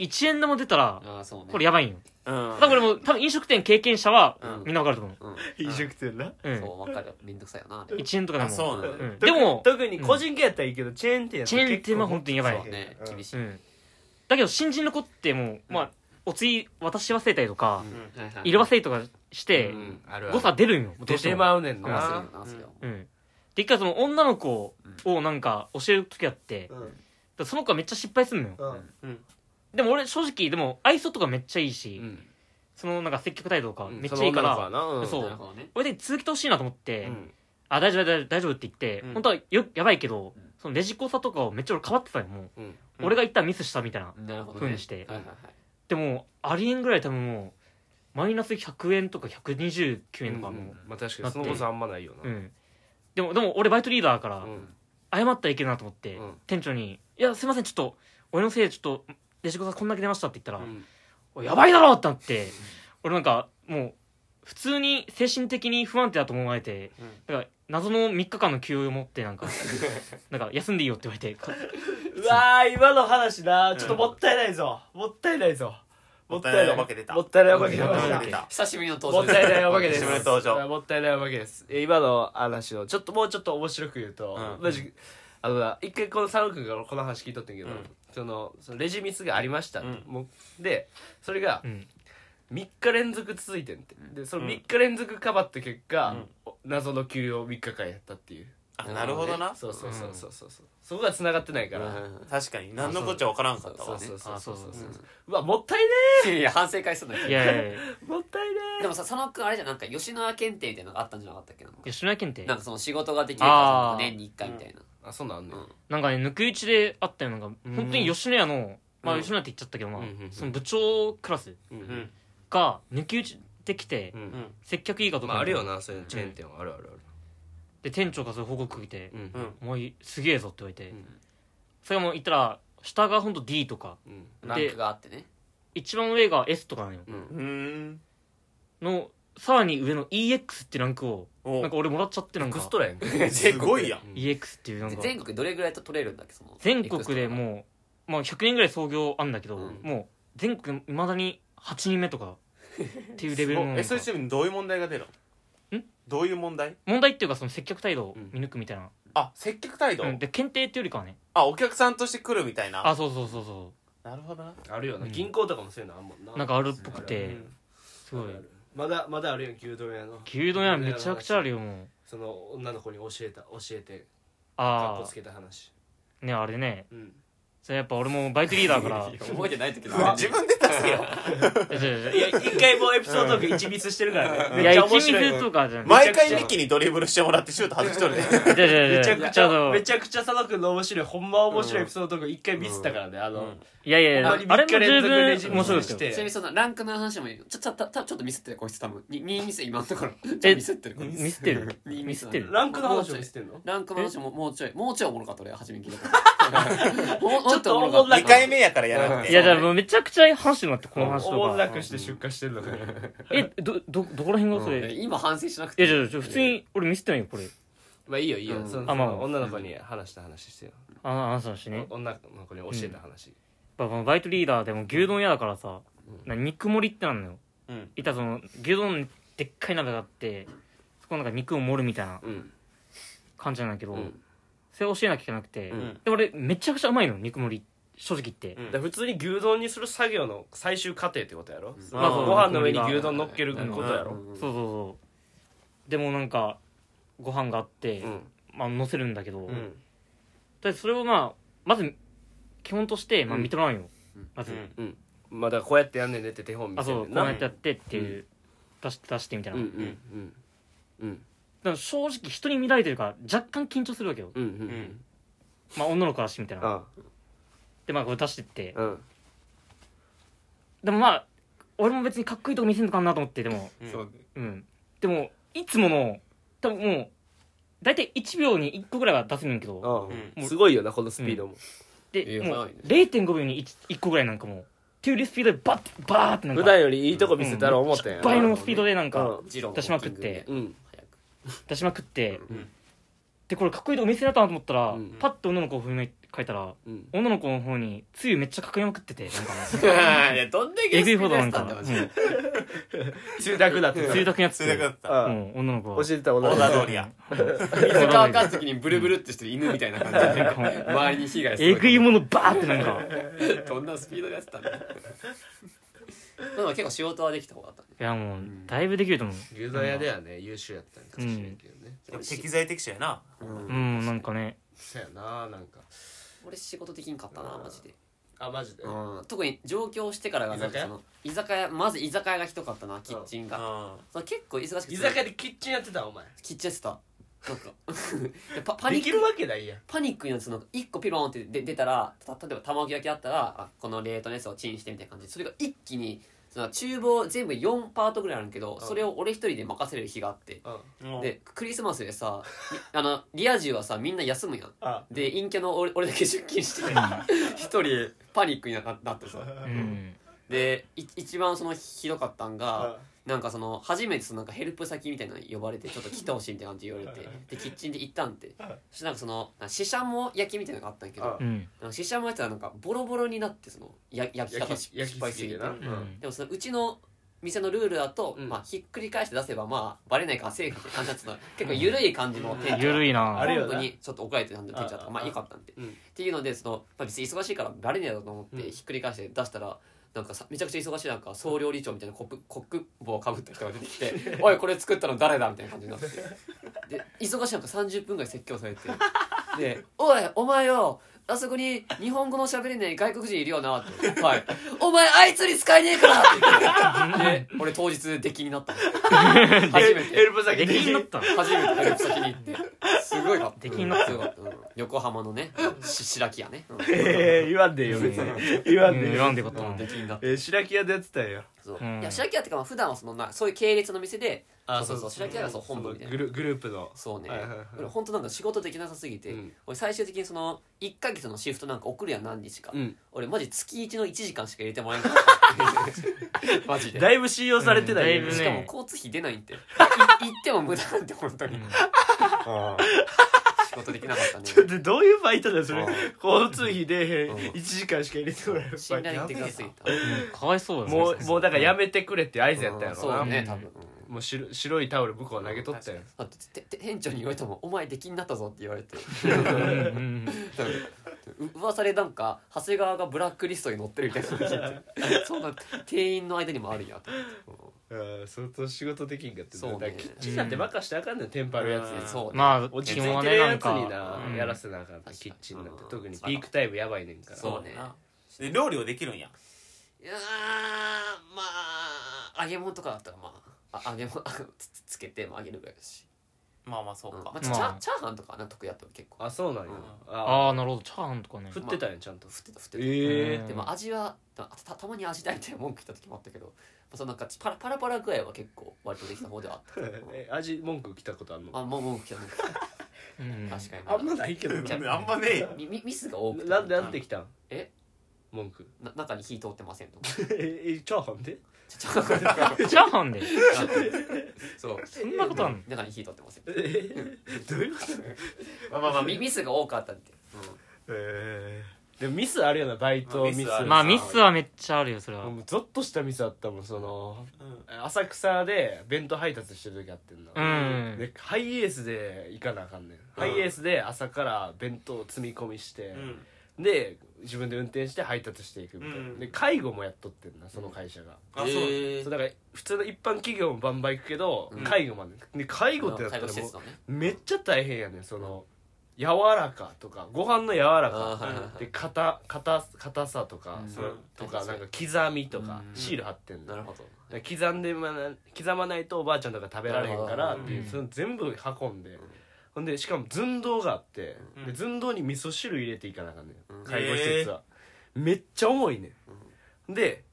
Speaker 4: 1円玉出たら
Speaker 2: ああそうね
Speaker 4: これやばいんよ
Speaker 3: うん
Speaker 4: だからこれもう多分飲食店経験者は
Speaker 3: うん
Speaker 4: みんなわかると思う、
Speaker 1: 飲食店な
Speaker 4: うん
Speaker 2: そう分かるめんどくさいよなあれ
Speaker 4: 1円とかで
Speaker 3: あ
Speaker 4: も
Speaker 3: そうなん
Speaker 4: う
Speaker 3: だ
Speaker 4: んでも
Speaker 1: 特に個人系やったらいいけどチェーン店やったら結構
Speaker 4: チェーン店は本当にやばい
Speaker 2: そうね厳し
Speaker 4: う
Speaker 2: い
Speaker 4: ん、だけど新人の子ってもう、まあ、お釣り渡し忘れたりとか、
Speaker 2: はいはい
Speaker 4: 入れ忘れとかして、
Speaker 1: うんあるあ
Speaker 4: 誤
Speaker 1: る
Speaker 4: 差出るんよどう
Speaker 1: 出
Speaker 4: して
Speaker 1: て
Speaker 4: も
Speaker 1: まうねん
Speaker 2: 合わせる
Speaker 1: な
Speaker 2: よなそれは
Speaker 4: うんで一回その女の子をなんか教える時あって、でその子はめっちゃ失敗すんのよ、
Speaker 1: うん
Speaker 4: でも俺正直でも愛想とかめっちゃいいし、
Speaker 1: うん
Speaker 4: そのなんか接客態度が
Speaker 1: うん
Speaker 4: めっちゃいいから、
Speaker 1: その女の子はな
Speaker 4: そう
Speaker 2: なるほどね
Speaker 4: 俺で続けてほしいなと思って、
Speaker 1: うん
Speaker 4: あ大丈夫大丈夫大丈夫って言って、
Speaker 3: うん
Speaker 4: 本当はよやばいけど、
Speaker 2: ん
Speaker 4: そのレジ交差とかをめっちゃ俺変わってたよもう、
Speaker 1: うん
Speaker 3: うん
Speaker 4: 俺が言ったらミスしたみたいな、
Speaker 2: なるほど
Speaker 4: ふう
Speaker 2: ね
Speaker 4: にして
Speaker 2: はいはいはい
Speaker 4: でもありえんぐらい多分もうマイナス100円とか129円とかもう、
Speaker 1: まあ確かにその誤差あんまないよな
Speaker 4: うんでもでも俺バイトリーダーから
Speaker 1: うん
Speaker 4: 謝ったらいけるなと思って、
Speaker 1: うん
Speaker 4: 店長に「いやすいませんちょっと俺のせいでちょっとレジコさんこんだけ出ました」って言ったら
Speaker 1: う
Speaker 4: 「
Speaker 1: ん
Speaker 4: おいやばいだろ!」ってなって俺なんかもう普通に精神的に不安定だと思われて、だから謎の3日間の休養を持ってな んかなんか休んでいいよって言われてか
Speaker 1: うわー今の話なちょっともったいないぞもったいないぞ
Speaker 3: もったいないお化け出た
Speaker 1: もったいないお化け出ま
Speaker 4: もったい
Speaker 1: し
Speaker 4: な
Speaker 1: た
Speaker 4: い
Speaker 3: 出た
Speaker 2: 久しぶりの登
Speaker 1: も
Speaker 2: 場
Speaker 1: ったいないお化けです
Speaker 3: 久しぶりの登場
Speaker 1: あもったいないお化けですえ今の話をちょっともうちょっと面白く言うと、
Speaker 3: うん
Speaker 1: マジあのな一回この佐野君がこの話聞いとったんやけど、
Speaker 3: うん
Speaker 1: そのそのレジミスがありましたって、
Speaker 3: うん
Speaker 1: もうでそれが
Speaker 4: うん
Speaker 1: 3日連続続いてんってでその
Speaker 3: うん
Speaker 1: 3日連続かばった結果、
Speaker 3: うん
Speaker 1: お謎の休養3日間やったっていう
Speaker 3: あなるほどな
Speaker 1: そうそうそうそうそうそうそこが繋がってないから、
Speaker 3: 確かに何のこっちゃ分からんかった
Speaker 1: そ
Speaker 3: わ
Speaker 1: うそうそうそうそうそう
Speaker 3: あ
Speaker 1: そううわもったいね
Speaker 2: いや反省会するんだ
Speaker 4: い
Speaker 2: け
Speaker 4: やいやいや
Speaker 1: えもったいね
Speaker 2: どでもさ佐野君あれじゃんなんか吉野家検定みたいなのがあったんじゃなかったっけなんか
Speaker 4: 吉野家検定
Speaker 2: なんかその仕事ができるか
Speaker 4: あー
Speaker 2: 年に1回みたいな
Speaker 1: えあそんなんあんねん、
Speaker 2: うん
Speaker 4: なんかね抜き打ちであったよなんか本当に吉野家のま
Speaker 1: う
Speaker 4: あ
Speaker 1: ん
Speaker 4: 吉野家って言っちゃったけどまあ
Speaker 1: うんうんうん
Speaker 4: その部長クラス
Speaker 1: うん
Speaker 3: うん
Speaker 4: が抜き打ちできて
Speaker 1: うん
Speaker 3: うん
Speaker 4: 接客以下と
Speaker 1: ま
Speaker 4: か
Speaker 1: あ、あるよ
Speaker 4: な
Speaker 1: なそういうチェーン店はあるある
Speaker 4: で店長がそういう報告来て
Speaker 1: ある、
Speaker 3: うん
Speaker 4: 「お前すげえぞ」って言われて
Speaker 1: うん
Speaker 4: それがもう言ったら下が本当 D とか
Speaker 1: うん
Speaker 2: ランクがあってね
Speaker 4: 一番上が S とかなのよ
Speaker 1: うん
Speaker 3: うん
Speaker 4: のさらに上の EX ってランクを
Speaker 3: お
Speaker 4: なんか俺もらっちゃってなん
Speaker 1: エ
Speaker 4: か
Speaker 1: クストラやん
Speaker 3: すごいやん
Speaker 4: EX っていうなん
Speaker 2: で
Speaker 4: か
Speaker 2: 全国どれぐらいと取れるんだっけその
Speaker 4: 全国で
Speaker 2: う
Speaker 4: もうまあ100年ぐらい創業あんだけど
Speaker 1: うん
Speaker 4: もう全国いまだに8人目とかっていうレベルのなん
Speaker 3: え
Speaker 4: か
Speaker 3: そういうチームにどういう問題が出るの
Speaker 4: ん
Speaker 3: どういう問題
Speaker 4: 問題っていうかその接客態度を見抜くみたいな
Speaker 3: あ接客態度
Speaker 4: うんで検定っていうよりかはね
Speaker 3: あお客さんとして来るみたいな
Speaker 4: あそうそうそうそ
Speaker 3: なるほどな
Speaker 1: あるよな、
Speaker 4: うん
Speaker 1: 銀行とかもそういうのあんもんな
Speaker 4: うなんかあるっぽく
Speaker 1: え
Speaker 4: て
Speaker 3: うん
Speaker 4: すごい
Speaker 1: まだまだあるやん牛丼屋の
Speaker 4: 牛丼屋めちゃくちゃあるよもう
Speaker 1: その女の子に教えた教えてかっ
Speaker 4: あ
Speaker 1: こつけた話
Speaker 4: あねあれね
Speaker 1: うん
Speaker 4: それやっぱ俺もバイトリーダーから
Speaker 2: 覚えてない時
Speaker 3: 自分で出せよ
Speaker 4: いやいやい
Speaker 1: いや
Speaker 4: や
Speaker 1: 一回もうエピソードが一密してるからね
Speaker 4: い
Speaker 1: めっち
Speaker 4: や
Speaker 1: ゃ
Speaker 4: 一
Speaker 1: 面白い
Speaker 4: 水とかじゃない
Speaker 3: 毎回ミキにドリブルしてもらってシュート外しとるね
Speaker 4: いやいやい
Speaker 1: め
Speaker 4: やい
Speaker 1: ち
Speaker 4: や
Speaker 1: ゃ
Speaker 4: い
Speaker 1: くちゃ
Speaker 4: や
Speaker 1: めちゃくちゃ佐野君の面白いほんま面白いエピソードが一回ミスったからねあの、
Speaker 3: うん
Speaker 4: いやいやい
Speaker 1: ほんま
Speaker 4: や
Speaker 1: に
Speaker 4: あれ
Speaker 1: 3
Speaker 4: も
Speaker 1: 日連
Speaker 4: 十
Speaker 1: 続レジ
Speaker 4: 分
Speaker 1: ミ
Speaker 4: 面白い
Speaker 1: ス
Speaker 4: です
Speaker 1: して
Speaker 2: ちな
Speaker 4: よ
Speaker 2: みにそのランクの話もちょちょちょたちょっとミスってるこいつ多分に2ミス今のとこ ろちょっとミスってるこいつ
Speaker 4: ミスってる
Speaker 2: に
Speaker 4: ミスってる
Speaker 1: ランクの話をしてんの
Speaker 2: ランクの話ももうちょいもうちょいおもろかった俺初めに聞いた 時もうもうちょっとおもろかっ
Speaker 3: 2
Speaker 2: た
Speaker 3: 回目やからやらなく
Speaker 4: い
Speaker 3: て
Speaker 4: やじゃあもうめちゃくちゃ話してもらってこの話
Speaker 1: おもん
Speaker 4: と
Speaker 1: な
Speaker 4: か
Speaker 1: くして出荷してんのかね
Speaker 4: えどどどこら辺がそれい
Speaker 2: 今反省しなくて
Speaker 4: やじゃあじゃあ普通に俺見せてないよこれ
Speaker 1: まあいいよいいよ、
Speaker 2: うん
Speaker 1: その
Speaker 4: あまあ
Speaker 1: その女の子に話した話してよ、
Speaker 4: ああ話だしね
Speaker 1: 女の子に教えた話、
Speaker 4: ぱこのバイトリーダーでも牛丼屋だからさ、
Speaker 2: うん
Speaker 4: な肉盛りってなんのよ
Speaker 3: うん
Speaker 4: いたその牛丼でっかい鍋があってそこなんか肉を盛るみたいな
Speaker 2: うん
Speaker 4: 感じなんだけど、
Speaker 2: うん
Speaker 4: それ教えなきゃいけなくて、
Speaker 2: うん
Speaker 4: で俺めちゃくちゃうまいの肉盛り正直言って、
Speaker 3: うん
Speaker 1: だから普通に牛丼にする作業の最終過程ってことやろ、
Speaker 3: うん
Speaker 1: まあ、
Speaker 3: うん
Speaker 1: ご飯の上に牛丼乗っける
Speaker 4: うん
Speaker 1: ことやろ、
Speaker 2: うん
Speaker 4: そうそうそうでもなんかご飯があって、
Speaker 1: うん
Speaker 4: まあ乗せるんだけど、
Speaker 1: うん
Speaker 4: でそれをまあまず基本として、まあ、
Speaker 1: うん
Speaker 4: 見とらんよ、まず、
Speaker 3: うん
Speaker 1: まあだからこうやってやんねんでって手本見
Speaker 4: あ
Speaker 1: せて
Speaker 4: そうこ
Speaker 1: ん
Speaker 4: う
Speaker 1: な
Speaker 4: やってやってっていう、出して出してみたい
Speaker 1: うん
Speaker 4: な、
Speaker 1: う
Speaker 4: だ
Speaker 1: んうんうん
Speaker 4: から正直人に見られてるから若干緊張するわけよ、
Speaker 1: うんうんう
Speaker 3: うんん
Speaker 4: まあ女の子だしみたいな
Speaker 1: あ
Speaker 4: でまあこう出してって
Speaker 1: あうん
Speaker 4: でもまあ俺も別にかっこいいとこ見せんのかなと思ってでも
Speaker 3: うん
Speaker 1: そう
Speaker 4: うんでもいつもの多分もう大体1秒に1個ぐらいは出せるんやけど
Speaker 1: あ
Speaker 3: う
Speaker 1: あ
Speaker 4: ん
Speaker 1: すごいよなこのスピードも、
Speaker 2: い
Speaker 4: で
Speaker 2: や
Speaker 4: も
Speaker 2: 早いうね
Speaker 4: 0.5秒に 1, 個ぐらいなんかもうっていうスピードでバッてバーってなんか
Speaker 1: 普段よりいいとこ見せたら思ったんや
Speaker 4: いっ
Speaker 1: な
Speaker 4: ぱいのスピードでなん
Speaker 1: う
Speaker 4: か
Speaker 1: ん
Speaker 2: ジローの
Speaker 4: 出しまくって
Speaker 2: ウォーキング
Speaker 1: う
Speaker 2: で
Speaker 1: ん
Speaker 2: 早く
Speaker 4: 出しまくって、
Speaker 3: うん
Speaker 4: でこれかっこいいとこ見せなと思ったら、
Speaker 1: うん
Speaker 4: パッて女の子を振り向いて書いたら
Speaker 1: うん
Speaker 4: 女の子の方につゆめっちゃかかりまくっててなんか ね
Speaker 3: いやどんだけ
Speaker 4: えぐいほどなん
Speaker 3: 好
Speaker 4: か
Speaker 3: きだったんだマジで
Speaker 4: つ
Speaker 1: 中学だって
Speaker 4: ゆだくにやって
Speaker 3: それ
Speaker 4: て
Speaker 3: だけだった
Speaker 4: う
Speaker 1: あ
Speaker 4: ん女の子
Speaker 1: あ
Speaker 4: は
Speaker 1: 教えてた
Speaker 3: オ
Speaker 1: 女
Speaker 3: ーダー通りや
Speaker 2: 水乾かん時にブルブルってしてる犬みたいな感じで
Speaker 4: なんかもう
Speaker 2: 周りに被害する
Speaker 4: えぐいものバーってなんか
Speaker 2: どんなスピードでやってたん だまあでも結構仕事はできた方だったね
Speaker 4: いやもうだいぶできると思う
Speaker 1: 牛丼屋ではね優秀やったんかもしれんけどね、
Speaker 3: でも適材適所やな
Speaker 4: うんなんかね
Speaker 1: そやななんか
Speaker 2: 俺仕事できんかったなマジで
Speaker 1: あマジで
Speaker 2: 特に上京してからが
Speaker 1: 居酒屋
Speaker 2: その居酒屋まず居酒屋がひどかったなキッチンが
Speaker 3: あ
Speaker 2: そう結構忙しくて
Speaker 1: 居酒屋でキッチンやってたお前
Speaker 2: キッチンやってたなんか でパパニ
Speaker 1: で
Speaker 2: ック
Speaker 1: きるわけないやん
Speaker 2: パニックになってその一個ピローンってで出たらた例えば卵焼きあったらあこの冷凍のやつをチンしてみたいな感じでそれが一気にその厨房全部4パートぐらいあるんだけど
Speaker 1: うん
Speaker 2: それを俺一人で任せれる日があって
Speaker 1: うん
Speaker 3: ー
Speaker 2: でクリスマスでさみ あのリア充はさみんな休むやん
Speaker 1: あ
Speaker 2: で陰キャの俺俺だけ出勤して 一人パニックにななってさ
Speaker 4: うん
Speaker 2: でい一番そのひどかったんが
Speaker 1: あ
Speaker 2: なんかその初めてそのなんかヘルプ先みたいなの呼ばれてちょっと来てほしいみたいな感じで言われてでキッチンで行ったんってそしたらなんかそのししゃも焼きみたいなのがあったんやけど
Speaker 1: あ
Speaker 4: うん
Speaker 2: なんかししゃもやったらなんかボロボロになってそのや焼き
Speaker 1: 焼
Speaker 2: 方
Speaker 1: き焼
Speaker 2: 失
Speaker 1: き
Speaker 2: 敗
Speaker 1: す
Speaker 2: すぎ
Speaker 1: ぎ
Speaker 2: て
Speaker 1: てな、
Speaker 4: う
Speaker 1: うん
Speaker 4: ん
Speaker 2: でもそのうちの店のルールだと、
Speaker 1: うん
Speaker 2: まあ、ひっくり返して出せばまあバレないからセーフって感じだった の結構緩い感じの店長
Speaker 4: ゆるい
Speaker 1: あ
Speaker 4: な
Speaker 1: れよな
Speaker 2: 本部にちょっと怒られてたんで店長だったからまあよかったんで、
Speaker 1: うん
Speaker 2: っていうのでその、まあ、別に忙しいからバレねえだろうと思って、
Speaker 1: うん
Speaker 2: ひっくり返して出したらなんかさめちゃくちゃ忙しい中総料理長みたいなコップコック帽をかぶった人が出てき て「おいこれ作ったの誰だ?」みたいな感じになってで忙しい中30分ぐらい説教されてで「おいお前よあそこに日本語の喋れない外国人いるよな」って「はい、お前あいつに使えねえから」って言ってで俺当日出禁になったの 初め
Speaker 1: ヘ
Speaker 2: て
Speaker 1: ルプ先
Speaker 4: 出
Speaker 1: で
Speaker 4: 禁になった
Speaker 2: 初めてヘルプ先に行ってすごいかった
Speaker 4: 出禁になった
Speaker 2: すごかったうん横浜のねし白木屋ねうん
Speaker 1: えー言わんでいいよ別に言わ
Speaker 4: うん
Speaker 1: でいい
Speaker 4: ん
Speaker 1: よ
Speaker 4: 選んでよかったな
Speaker 2: 出禁になった
Speaker 1: えー白木屋でやってたんや
Speaker 2: そう
Speaker 4: うん
Speaker 2: いや白木屋ってかまあ普段はそのなそういう系列の店で
Speaker 1: あ
Speaker 2: そうそうそう白木屋がそう本部みたいな
Speaker 1: グルグループの
Speaker 2: そうね
Speaker 1: はいはいはい
Speaker 2: 俺本当なんか仕事できなさすぎて、
Speaker 1: うん
Speaker 2: 俺最終的にその1ヶ月のシフトなんか送るやん何日か、
Speaker 1: うん
Speaker 2: 俺マジ月1の1時間しか入れてもらえなかったって いうマジで
Speaker 1: だいぶ信用されてた
Speaker 4: うんだいぶ
Speaker 2: し
Speaker 4: ね
Speaker 2: かも交通費出ない んてい行っても無駄なんて本当に、
Speaker 4: うん
Speaker 2: 仕事できなかった ね
Speaker 1: ちょっとどういうバイトだよそれ
Speaker 2: うん
Speaker 1: 交通費出へん
Speaker 2: うん
Speaker 1: 1時間しか入れてもらえ
Speaker 2: 信頼できな
Speaker 1: ない
Speaker 2: すぎた
Speaker 4: うんかわいそうだね
Speaker 1: もうもうだからやめてくれって合図やったんやろ
Speaker 2: そう
Speaker 1: な
Speaker 2: ね多分、
Speaker 1: もう白白いタオル向こう投げとったよ
Speaker 2: だっててて店長に言われても「お前出禁になったぞ」って言われて
Speaker 4: うんうん
Speaker 2: う噂でなんか長谷川がブラックリストに載ってるみたいな感じでそんな店員の間にもあるんやと思って
Speaker 1: うん相当仕事できんかって
Speaker 2: そうね
Speaker 1: だからキッチンなんて任してあかんねんテンパるやつ
Speaker 3: う
Speaker 2: うん
Speaker 3: ん
Speaker 2: そうね
Speaker 4: まあ
Speaker 1: 落ち
Speaker 4: 基
Speaker 1: 着
Speaker 4: 本
Speaker 1: い
Speaker 4: は
Speaker 1: てる
Speaker 4: ねな
Speaker 1: や
Speaker 4: ん
Speaker 1: つに
Speaker 4: か
Speaker 1: な
Speaker 4: うん
Speaker 1: やらせなあかん
Speaker 2: かに
Speaker 1: キッチンなんて
Speaker 2: うん
Speaker 1: 特にピークタイムやばいねんから
Speaker 2: そうね
Speaker 3: で料理はできるんや
Speaker 2: いやーまあ揚げ物とかだったらまああ揚げ物 つつつけてまあ揚げるぐらいだし、
Speaker 3: まあまあそう
Speaker 2: うんま
Speaker 3: か
Speaker 2: あ、チャ
Speaker 4: まあ
Speaker 2: チャーハンとかはな得意やったわ結構
Speaker 1: あそうなんや
Speaker 2: うん
Speaker 1: あ
Speaker 4: ああなるほどチャーハンとかね
Speaker 1: 振ってたんやちゃんと
Speaker 2: ふてたふてた
Speaker 1: ええ
Speaker 4: ー
Speaker 2: でも味はたたたまに味だみたいな文句言った時もあったけど、まあ、そのなんかパラパラパラ具合は結構割とできた方で はあっ
Speaker 1: え味文句来たことあんの
Speaker 2: たあもう文句来た文句来た
Speaker 4: うん
Speaker 2: 確かに
Speaker 1: あんまないけど
Speaker 2: じゃ
Speaker 1: な
Speaker 2: あ
Speaker 3: あんまねえよ
Speaker 2: みみミスが多くて
Speaker 1: なんでなんて来たん
Speaker 2: え
Speaker 1: 文句
Speaker 2: な中に火通ってませんとか
Speaker 1: ええチャーハンで
Speaker 2: ちょちょ
Speaker 4: チャーハンで
Speaker 2: そう
Speaker 4: そんなことあんの
Speaker 2: 中に火通って ません
Speaker 1: えーどういうこと
Speaker 2: まあまあまあミミスが多かったって、
Speaker 1: えでもミスあるよなバイト
Speaker 3: まあ
Speaker 1: ミス
Speaker 3: ミスある
Speaker 4: まあミスはめっちゃあるよそれは
Speaker 1: もうゾッとしたミスあったもんその
Speaker 3: うん
Speaker 1: 浅草で弁当配達してる時あってんの、
Speaker 4: うん
Speaker 1: でハイエースで行かなあかんねん、ハイエースで朝から弁当積み込みして、
Speaker 3: うん
Speaker 1: で自分で運転して配達していくみたいな、
Speaker 3: うん
Speaker 1: で介護もやっとってんなその会社が、
Speaker 3: あそう
Speaker 2: え
Speaker 1: そうだから普通の一般企業もバンバン行くけど、
Speaker 2: うん
Speaker 1: 介護までで介護ってなった
Speaker 2: 介
Speaker 1: ら
Speaker 2: 護施
Speaker 1: も
Speaker 2: 設のね
Speaker 1: うめっちゃ大変やねんその柔らかとかご飯の柔ら
Speaker 2: あ
Speaker 1: か
Speaker 2: ーはいはいはい
Speaker 1: で硬硬硬さとか、
Speaker 4: うん
Speaker 1: それとか
Speaker 2: うん
Speaker 1: なんか刻みとか
Speaker 2: うん
Speaker 1: シール貼ってんの、
Speaker 2: なるほど
Speaker 1: だから刻んでまな刻まないとおばあちゃんとか食べられへんからっていう
Speaker 4: うん
Speaker 1: その全部運んで、ほんでしかも寸胴があって、
Speaker 3: うん
Speaker 1: で寸胴に味噌汁入れていかなあかんねん、
Speaker 2: うん
Speaker 1: 介護施設は、めっちゃ重いねん、で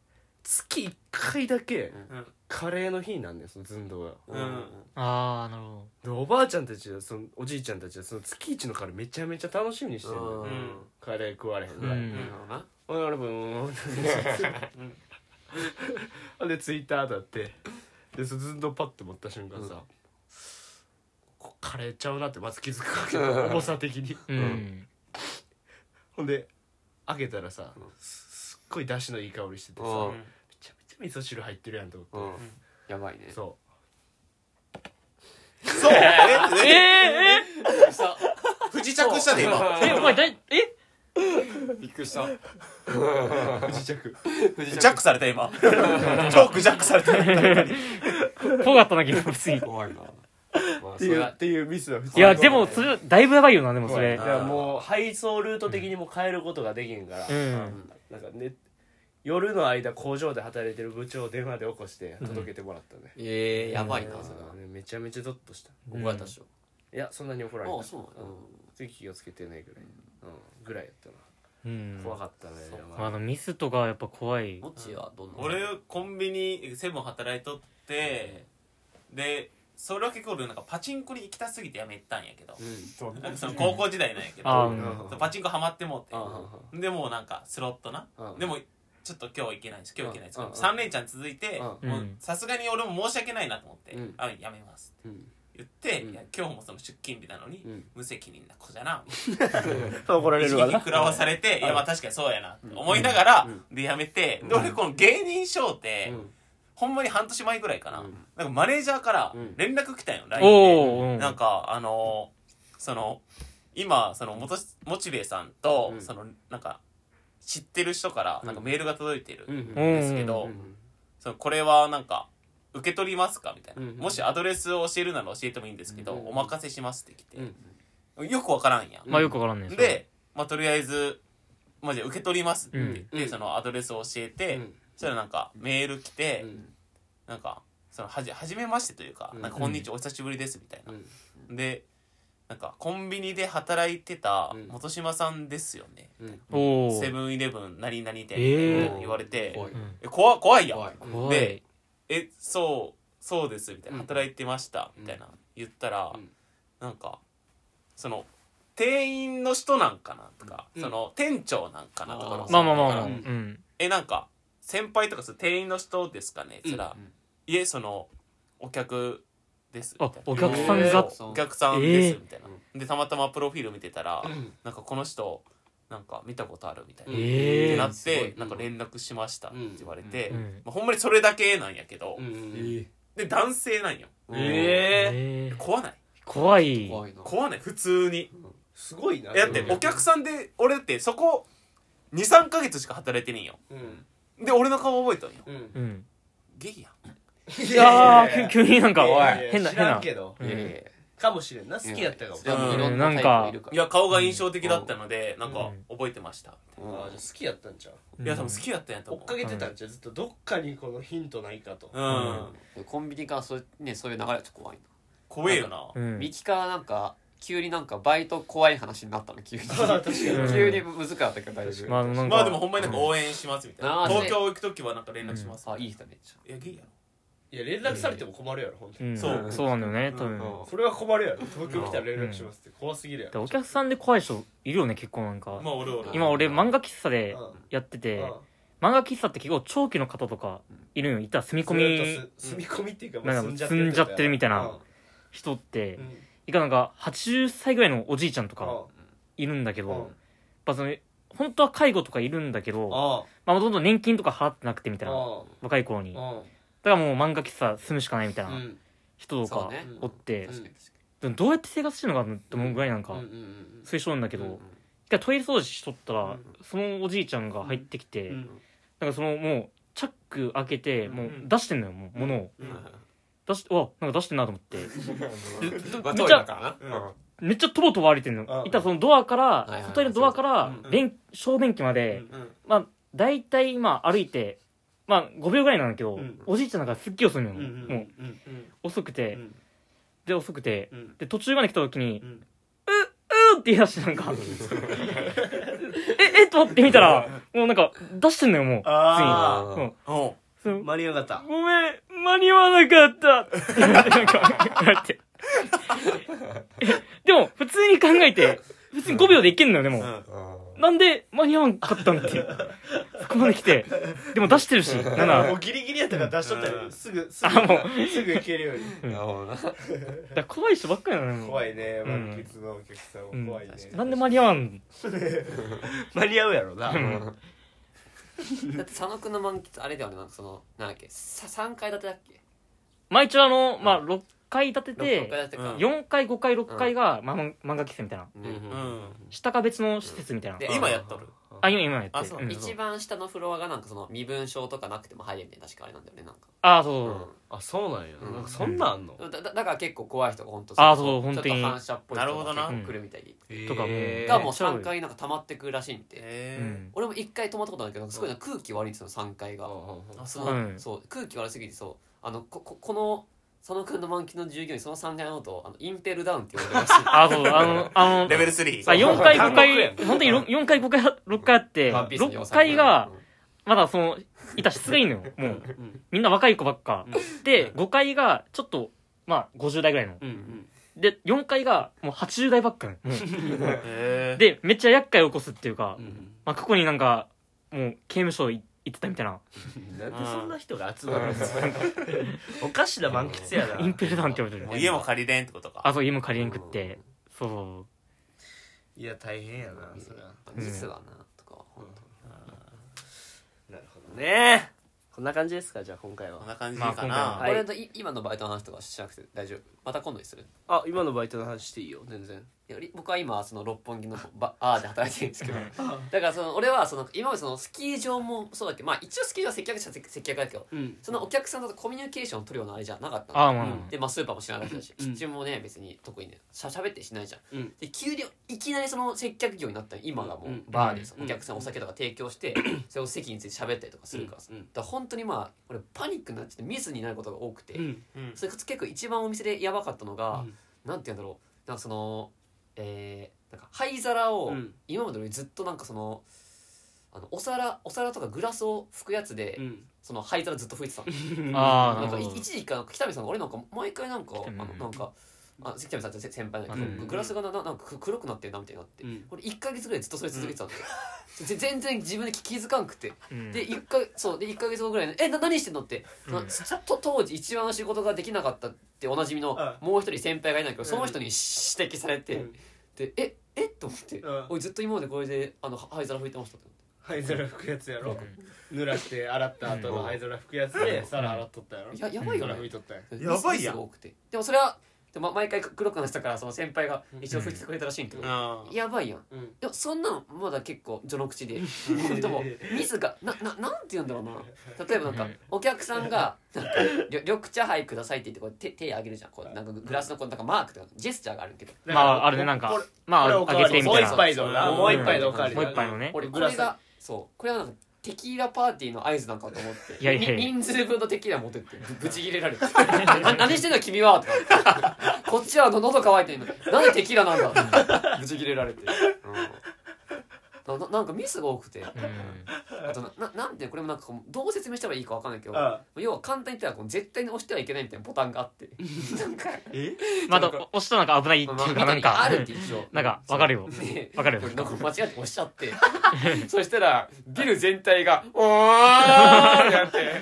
Speaker 1: 月1回だけ
Speaker 3: うん
Speaker 1: カレーの日なんねんその寸胴が
Speaker 3: うん
Speaker 4: ああなるほど
Speaker 1: でおばあちゃんたちはそのおじいちゃんたちはその月一のカレーめちゃめちゃ楽しみにしてんのよ
Speaker 2: うん
Speaker 3: うん
Speaker 1: カレー食われへん
Speaker 4: う
Speaker 1: ぐらい、
Speaker 4: ん
Speaker 2: なるほどな
Speaker 1: ほんで俺もうーんほん でツイッターだってでそずんどパッて持った瞬間さ、こカレーちゃうなってまず気づくわけよ重さ的 に、
Speaker 4: うん
Speaker 1: ほんで開けたらさ、すすっごい出汁のいい香りしててさ、
Speaker 2: うん
Speaker 1: めちゃめちゃ味噌汁入ってるやんと思って、
Speaker 2: うんやばいね
Speaker 1: そ
Speaker 3: そうえ
Speaker 4: ええ
Speaker 2: びっくりした
Speaker 3: 不時着したで 今
Speaker 4: ええお前だいえ
Speaker 2: びっくりした
Speaker 1: う不時着
Speaker 2: 不時
Speaker 3: ジャックされた今チョークジャックされた
Speaker 4: ぽかったなけど普通に
Speaker 2: 怖いなまあ
Speaker 1: っ
Speaker 2: そ
Speaker 1: てい
Speaker 2: れ
Speaker 1: う
Speaker 2: は
Speaker 1: っていうミスは普通
Speaker 4: いやでもそれだいぶやばいよなでもそ
Speaker 1: い
Speaker 4: れ
Speaker 1: やもう配送ルート的にも変えることができんから、
Speaker 4: うん
Speaker 1: なんかね夜の間工場で働いてる部長を電話で起こして届けてもらったね、
Speaker 2: ええやばいな
Speaker 1: そ
Speaker 2: それ
Speaker 1: れは
Speaker 2: は
Speaker 1: ねめちゃめちゃゾッとした
Speaker 2: 怒られたでしょ
Speaker 1: いやそんなに怒られた
Speaker 2: ああそうなんだ
Speaker 1: うん、気をつけてねぐらい、うん、ぐらいやったな、
Speaker 4: うん
Speaker 1: 怖かったね
Speaker 2: そう
Speaker 1: 山
Speaker 4: まあでもミスとかやっぱ怖い
Speaker 2: もっちはどんな
Speaker 3: 俺コンビニセブン働いとってでそれは結構俺なんかパチンコに行きたすぎてやめたんやけど
Speaker 1: うん
Speaker 3: なんかその高校時代なんやけ
Speaker 4: ああう
Speaker 3: ど
Speaker 4: ん
Speaker 3: そうパチンコハマってもう
Speaker 1: あ
Speaker 3: てでもうなんかスロットな
Speaker 1: うん
Speaker 3: でもちょっと今日行けないし今日行けないし
Speaker 1: うん
Speaker 3: 3連チャン続いて
Speaker 1: うん
Speaker 3: もうさすがに俺も申し訳ないなと思って
Speaker 1: うん
Speaker 3: 「あやめます」
Speaker 1: うん
Speaker 3: 言って、
Speaker 1: うん
Speaker 3: いや今日もその出勤日なのに、
Speaker 1: うん
Speaker 3: 無責任な子じゃな
Speaker 1: 怒ら
Speaker 3: 一
Speaker 1: れ
Speaker 3: 気
Speaker 1: るわ
Speaker 3: に
Speaker 1: な
Speaker 3: 食らわされて、いやまあ確かにそうやな、思いながら、でやめて、で俺この芸人賞って、
Speaker 1: うん
Speaker 3: ほんまに半年前ぐらいかな、
Speaker 1: うん
Speaker 3: なんかマネージャーから
Speaker 1: うん
Speaker 3: 連絡来たんよ LINE で、
Speaker 4: おおうん
Speaker 3: なんかあのーその今そのモトモチベさんと、
Speaker 1: うん
Speaker 3: そのなんか知ってる人からなんかメールが届いてる
Speaker 1: うんん
Speaker 4: うん
Speaker 3: ですけど、
Speaker 1: うん
Speaker 3: そのこれはなんか受け取りますかみたいな、
Speaker 1: うんうん
Speaker 3: もしアドレスを教えるなら教えてもいいんですけど、
Speaker 1: うん
Speaker 3: お任せしますって来て
Speaker 1: う、ん
Speaker 3: よくわからんやん、
Speaker 4: まあよくわからんねそれ
Speaker 3: で、まあ、とりあえず、まあ、じゃあ受け取りますって言って、
Speaker 1: うん
Speaker 3: そのアドレスを教えて、
Speaker 1: うん
Speaker 3: そしたらなんかメール来て、
Speaker 1: うん
Speaker 3: なんかそのはじはじめましてというか「
Speaker 1: うん
Speaker 3: なんかこんにちはお久しぶりです」みたいな、
Speaker 1: うん
Speaker 3: でなんかコンビニで働いてた
Speaker 1: うん
Speaker 3: 本島さんですよね、
Speaker 1: うん
Speaker 4: おお
Speaker 3: セブンイレブン何々店って
Speaker 4: えー
Speaker 3: 言われて、
Speaker 2: 怖い
Speaker 4: うん
Speaker 3: え怖怖いやん
Speaker 2: 怖い
Speaker 4: 怖
Speaker 3: で
Speaker 4: い
Speaker 3: えそうそうですみたいな
Speaker 1: うん
Speaker 3: 働いてましたみたいな言ったら、
Speaker 1: うん
Speaker 3: なんかその店員の人なんかなとか、
Speaker 1: うん
Speaker 3: その店長なんかなと
Speaker 2: あ
Speaker 3: か
Speaker 2: ー
Speaker 4: まあまあまあまあ
Speaker 3: う
Speaker 4: うんん
Speaker 3: えなんか先輩とかその店員の人ですかねつら、
Speaker 2: うん
Speaker 3: いえそのお客です
Speaker 4: あ
Speaker 3: みたいな
Speaker 4: お客さんが
Speaker 3: えーお客さんで
Speaker 4: え
Speaker 3: す
Speaker 4: ー
Speaker 3: みたいな、でたまたまプロフィール見てたら、
Speaker 1: ん
Speaker 3: なんかこの人なんか見たことあるみたいな、っ
Speaker 4: え
Speaker 3: て
Speaker 4: え
Speaker 3: なっ
Speaker 2: すご
Speaker 3: て
Speaker 2: い
Speaker 3: なんか連絡しましたって言われて、
Speaker 4: うんうん
Speaker 3: まあ、ほんまにそれだけなんやけど、
Speaker 1: うん
Speaker 3: で男性なんよ
Speaker 2: うん
Speaker 1: ええ
Speaker 4: えー
Speaker 3: 怖ない
Speaker 4: 怖い
Speaker 2: 怖いな
Speaker 3: 怖ない普通に
Speaker 1: すごいな
Speaker 3: えだってお客さんで俺だってそこ23ヶ月しか働いてねえよ
Speaker 1: うん
Speaker 3: で俺の顔覚えたんよ
Speaker 1: うん
Speaker 4: うん
Speaker 3: ゲイやん
Speaker 1: い
Speaker 4: いやー急急になんか
Speaker 1: いやいや
Speaker 4: 変な
Speaker 1: 知
Speaker 4: 変
Speaker 1: らん
Speaker 4: な
Speaker 1: けど
Speaker 4: うん
Speaker 2: いやいやいや
Speaker 1: かもしれんな好きやったかもしれん
Speaker 3: うん
Speaker 2: いろな
Speaker 4: な
Speaker 2: ん
Speaker 4: か
Speaker 2: タイプいるら
Speaker 3: いや顔が印象的だったのでなんか覚えてました
Speaker 2: うん
Speaker 1: あーじゃあ好きやったんちゃう
Speaker 3: いや多分好きだったんやと
Speaker 1: 追
Speaker 3: 思
Speaker 1: っかけてたんちゃうずっとどっかにこのヒントないかと
Speaker 3: ううん
Speaker 2: コンビニからそう,、ね、そういう流れはちょっと怖い
Speaker 3: 怖えよな
Speaker 4: うん
Speaker 2: なミキからなんか急になんかバイト怖い話になったの急に
Speaker 1: 確かに
Speaker 2: 急に難しかったけどだいぶ、
Speaker 4: まあなんか
Speaker 3: まあでもほんまになんか応援しますみたいな
Speaker 2: うん
Speaker 3: 東京行く時はなんか連絡します
Speaker 2: あいい人めっち
Speaker 3: いやゲイやろ
Speaker 1: いや連絡されても困るやろ本当
Speaker 4: う
Speaker 1: に
Speaker 4: ん
Speaker 3: そ
Speaker 4: そううそうなんだよね多
Speaker 2: ゃ、
Speaker 4: 分
Speaker 1: それは困るやろ東京来たら連絡しますって怖すぎるや
Speaker 4: で
Speaker 1: ろ
Speaker 4: お客さんで怖い人いるよね結構なんか
Speaker 3: まあ俺俺
Speaker 4: 今俺漫画喫茶
Speaker 1: う
Speaker 4: で
Speaker 1: ん
Speaker 4: やってて
Speaker 1: うん
Speaker 4: 漫画喫茶って結構長期の方とかいるのよいたら住み込
Speaker 1: ずっ
Speaker 4: み
Speaker 1: とす住み込みっていうか
Speaker 4: なんか住んじゃってるみたいな人っていかなんか80歳ぐらいのおじいちゃんとかいるんだけどやっぱその本当は介護とかいるんだけど、
Speaker 3: あ
Speaker 4: まあ、どんどん年金とか払ってなくてみたいな、
Speaker 1: あ
Speaker 4: 若い頃に。
Speaker 1: あ
Speaker 4: だ
Speaker 1: あ
Speaker 4: からもう漫画喫茶住むしかないみたい
Speaker 1: あう
Speaker 4: なん人と
Speaker 2: そ
Speaker 4: か
Speaker 2: うね
Speaker 4: おっ
Speaker 1: う
Speaker 4: て、
Speaker 1: ん
Speaker 2: 確かに確か
Speaker 4: でもどうやって生活してるのかなって思うぐらいなん
Speaker 1: う
Speaker 4: か、
Speaker 1: んうんうん
Speaker 4: 推奨なんだけど、
Speaker 2: に
Speaker 4: 一回トイレ掃除しとったら、
Speaker 1: うん
Speaker 4: そのおじいちゃんが入ってきて、
Speaker 1: うん
Speaker 4: なんかそのもうチャック開けてもう
Speaker 3: うん
Speaker 4: 出してんのよもう物を
Speaker 1: うん
Speaker 4: 出してうわなんか出してんなと思って
Speaker 2: うんまあト
Speaker 4: めっ
Speaker 2: イレ
Speaker 4: ちゃ
Speaker 2: だからな
Speaker 3: うん
Speaker 4: めっちゃとぼとぼ歩いてんの
Speaker 1: あ
Speaker 4: いたらそのドアか
Speaker 2: いはい
Speaker 4: ら
Speaker 2: はい
Speaker 4: トイレのドアから
Speaker 1: そう
Speaker 3: そう
Speaker 4: 便小便器まで、
Speaker 1: うん
Speaker 3: うん
Speaker 4: まあ大体今歩いてまあ5秒ぐらいなんだけど、
Speaker 1: うん
Speaker 4: おじいちゃんなんかすっきり遅いのよ、
Speaker 1: うんうん
Speaker 4: もう
Speaker 1: うん
Speaker 3: うん
Speaker 4: 遅くて、
Speaker 1: うん
Speaker 4: で遅くて
Speaker 1: うん
Speaker 4: で途中まで来た時に
Speaker 1: う
Speaker 4: 「
Speaker 1: ん
Speaker 4: うん」って言い出してなんか ええと思って見たらもうなんか出してんのよもう
Speaker 1: あ
Speaker 2: あ
Speaker 4: ついに、うん
Speaker 3: おう
Speaker 4: そう
Speaker 1: 間に合わなかっ
Speaker 4: ごめん、間に合わなかったってなんか、なって。でも、普通に考えて、普通に5秒でいけんのよ、でも。なんで間に合わんかったんって。そこまで来て。でも出してるし、な
Speaker 1: た
Speaker 4: な。
Speaker 1: も
Speaker 4: だ
Speaker 1: うギリギリやったから出しとったよ
Speaker 3: うん
Speaker 1: すぐすぐ
Speaker 4: あも
Speaker 1: すぐいけるように
Speaker 2: なるほどな
Speaker 4: から怖い人ばっかりなのよ。もう
Speaker 1: 怖いね
Speaker 4: う
Speaker 1: 満
Speaker 4: ん
Speaker 1: 喫のお客さん
Speaker 4: うん
Speaker 1: も怖いね
Speaker 4: なんで間に合わん
Speaker 1: 間に合うやろな
Speaker 4: うん
Speaker 2: だって佐野くんの満喫あれだよねなんかそのなんだっけさ3階建てだっけ
Speaker 4: まあ一応あの、まあ6階建て
Speaker 2: 6階
Speaker 4: て、
Speaker 2: 建てか
Speaker 3: うん
Speaker 4: 4階、5階、6階がまあ漫画喫茶みたいな。
Speaker 2: ね
Speaker 3: うん
Speaker 4: 下が別の施設みたいな
Speaker 2: で。
Speaker 3: 今やっとる
Speaker 4: あ、今、今やって
Speaker 3: あ
Speaker 4: る
Speaker 3: そう。
Speaker 4: うん
Speaker 2: 一番下のフロアがなんかその身分証とかなくても入れんね確かあれなんだよねなんか
Speaker 4: あ、そう
Speaker 2: う
Speaker 4: そうそうん
Speaker 1: あそうなんや
Speaker 2: うん
Speaker 1: なんかそんなんあんの
Speaker 2: だだだから結構怖い人が本当
Speaker 4: あそう本当に
Speaker 2: ちょっと反射っぽい人
Speaker 3: なるほどな
Speaker 2: が結構来るみたいに
Speaker 4: とかも
Speaker 1: へー
Speaker 2: だからもう3階なんか溜まってくるらしいんで
Speaker 4: う
Speaker 3: え
Speaker 4: ん。
Speaker 2: 俺も1回泊まったことあるけどすごいなんか空気悪いんですよ3階が
Speaker 1: うん
Speaker 3: あ
Speaker 2: そ
Speaker 3: そう
Speaker 2: の、
Speaker 4: うん
Speaker 2: そう空気悪すぎてそうあのこここの佐野君の満喫の従業員その3階のことをあのインペルダウンって呼んでました
Speaker 4: あ、そう、あの、あの、
Speaker 3: レベル3
Speaker 4: あ4回
Speaker 3: そう
Speaker 4: 5回本当にろ4回5回6回あって
Speaker 2: ワンピースに収め
Speaker 4: 6
Speaker 2: る
Speaker 4: 回がまだそのいた質がいいのよもう
Speaker 1: うん
Speaker 4: みんな若い子ばっか
Speaker 1: う
Speaker 4: で5回がちょっとまあ50代ぐらいの
Speaker 1: うんうん
Speaker 4: で4回がもう80代ばっかなのも
Speaker 3: へ
Speaker 4: う
Speaker 3: え
Speaker 4: でめっちゃ厄介を起こすっていうか
Speaker 1: う、ん
Speaker 4: まあ、ここになんかもう刑務所い行ってたみたいな
Speaker 1: なんでそんな人が集まるんですかおかしな満喫やな
Speaker 4: インペルダウンって呼ばれて
Speaker 3: もう
Speaker 4: る
Speaker 3: 家も借りれんってことか
Speaker 4: あそう家も借りにくってそうそう
Speaker 1: いや大変やなそれは
Speaker 2: うん 実はなとか本
Speaker 1: なるほどねこんな感じですかじゃあ今回
Speaker 3: こん
Speaker 1: は
Speaker 3: な感じか
Speaker 4: ま
Speaker 2: 当、
Speaker 4: あ
Speaker 1: はい
Speaker 2: 俺のい今のバイトの話とかしなくて大丈夫また今度にする
Speaker 1: あ今のバイトの話していいよ全然
Speaker 2: いやり僕は今その六本木 のババーで働いてるんですけどだからその俺はその今までそのスキー場もそうだってまあ一応スキー場は接客者接接客だけど
Speaker 1: うん
Speaker 2: そのお客さんとコミュニケーションを取るようなあれじゃなかったの
Speaker 4: ああまあ、
Speaker 1: うん
Speaker 2: で、まあ、スーパーも知らなかったし、
Speaker 1: う
Speaker 2: キ
Speaker 1: ん
Speaker 2: ッチンもね別に特にねしゃ喋ってしないじゃん、
Speaker 1: うん
Speaker 2: で急にいきなりその接客業になったら今がも
Speaker 1: う
Speaker 2: うんバーでさ、
Speaker 1: うん
Speaker 2: お客さんお酒とか提 供して、それを席について喋ったりとかするからさ、
Speaker 1: うんうん
Speaker 2: だから本当にまあ俺パニックになっちゃってミスになることが多くて、
Speaker 1: うん
Speaker 3: うん
Speaker 2: それこそ結構一番お店でやばかったのが、
Speaker 1: うん
Speaker 2: なんて言うんだろうなんかそのえー、なんか灰皿を、
Speaker 1: うん
Speaker 2: 今までよりずっとなんかそのあのお皿お皿とかグラスを拭くやつで、
Speaker 1: うん
Speaker 2: その灰皿ずっと拭いてたの
Speaker 4: あー
Speaker 2: なんか
Speaker 4: るほ
Speaker 2: い
Speaker 4: ど
Speaker 2: 一時期か北見さんが俺なんか毎回なんか
Speaker 4: 北
Speaker 2: あ
Speaker 4: 見
Speaker 2: のなんかあ北見さんって先輩だけど、
Speaker 4: うん
Speaker 2: グラスがなななんかく黒くなってるなみたいになって、
Speaker 1: うん
Speaker 2: 俺1か月ぐらいずっとそれ続けてたんだよ、ぜ全然自分で気づかんくて、
Speaker 4: うん
Speaker 2: で一かそうで一ヶ月後ぐらいに「えな何してんの?」って、
Speaker 4: うん
Speaker 2: そのさと当時一番仕事ができなかったっておなじみの
Speaker 1: う
Speaker 2: もう一人先輩がいないけどその人に指摘されて、
Speaker 1: うん
Speaker 2: で「ええっ?」と思って
Speaker 1: うん
Speaker 2: 「おいずっと今までこれであのは灰皿拭いてました」って
Speaker 1: 灰皿拭くやつやろ濡らして洗った後の灰皿拭くやつで皿洗っとったやろ
Speaker 2: ややばいよね
Speaker 1: 皿拭いとったやろ
Speaker 3: やばい
Speaker 2: ミス
Speaker 3: やん
Speaker 2: が多くてでもそれはでも毎回黒くなってたからその先輩が一応拭いてくれたらしいんけど、
Speaker 3: うん
Speaker 2: やばいやん
Speaker 1: うん
Speaker 2: でもそんなのまだ結構序の口 ででもミスがなななんて言うんだろうな例えばなんか
Speaker 4: うん
Speaker 2: お客さんが「なんかりょ緑茶杯ください」って言ってこう手手上げるじゃんこうなんかグラスのこうなんかマークとかジェスチャーがあるけど
Speaker 4: まああるねなんか
Speaker 1: これ
Speaker 4: ま
Speaker 1: これ
Speaker 4: あ
Speaker 1: おか
Speaker 4: あ
Speaker 1: わ
Speaker 4: げ
Speaker 1: り
Speaker 4: てみ
Speaker 1: も
Speaker 4: た
Speaker 1: う
Speaker 4: い
Speaker 1: 一
Speaker 4: な
Speaker 1: 杯のなもう一杯のおかわり
Speaker 4: もう一杯のね
Speaker 2: 俺こ
Speaker 1: グラ
Speaker 2: れ
Speaker 1: ス
Speaker 2: がそうこれがなんかテキーラパーティーの合図なんかと思って
Speaker 4: いやいやいや
Speaker 2: に人数分のテキーラ持って ってぶぶち切れられてな何してんの君は」とか 言ってこっちはの喉乾いてるのになんでテキーラなんだ ってぶち切れられて、うんなななんかミスが多くて。
Speaker 4: うん
Speaker 2: あとなななんでこれもなんかこうどう説明したらいいかわかんないけど
Speaker 1: あ
Speaker 2: 要は簡単に言ったらこう絶対に押してはいけないみたいなボタンがあってなんか
Speaker 4: まだ押したのが危ないって
Speaker 2: まあ
Speaker 4: いう
Speaker 2: ま
Speaker 4: か
Speaker 2: あ
Speaker 4: なんか
Speaker 2: あるって一応
Speaker 4: なんかわかるよ
Speaker 2: で
Speaker 4: わかるよ
Speaker 2: なんか間違って押しちゃってそしたらビル全体が「おー!」ってなって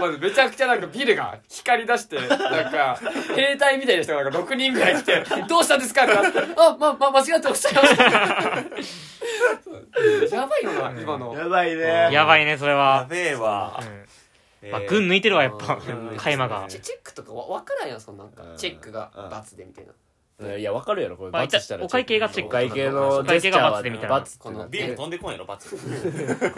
Speaker 2: まずめちゃくちゃなんかビルが光り出して、なんか、兵隊みたいな人がなんか6人ぐらい来て、どうしたんですかってなって、あ、ま、ま、間違って押しちゃいました。やばいよな、今の。
Speaker 1: やばい
Speaker 2: あ
Speaker 1: ね
Speaker 4: やばいねそれ
Speaker 3: や
Speaker 4: は、
Speaker 3: べえ
Speaker 4: う
Speaker 3: わ。
Speaker 4: ん
Speaker 3: えー
Speaker 4: まあ、群抜いてるわやっぱ
Speaker 2: うん
Speaker 4: 加山が
Speaker 2: チェチェックとかわ分からんやんそのなんか
Speaker 1: うん
Speaker 2: チェックが
Speaker 1: うん
Speaker 2: 罰でみたいない
Speaker 1: やわかるやろこれ
Speaker 4: まあ
Speaker 1: 罰したら
Speaker 4: お会計がチェック
Speaker 1: お会計の
Speaker 4: お会計が罰
Speaker 1: ジェ
Speaker 4: でみ
Speaker 1: ス
Speaker 4: た
Speaker 1: チャー
Speaker 4: いな
Speaker 1: は罰ってな
Speaker 3: ビーム飛んでこんやろ、罰。
Speaker 2: こ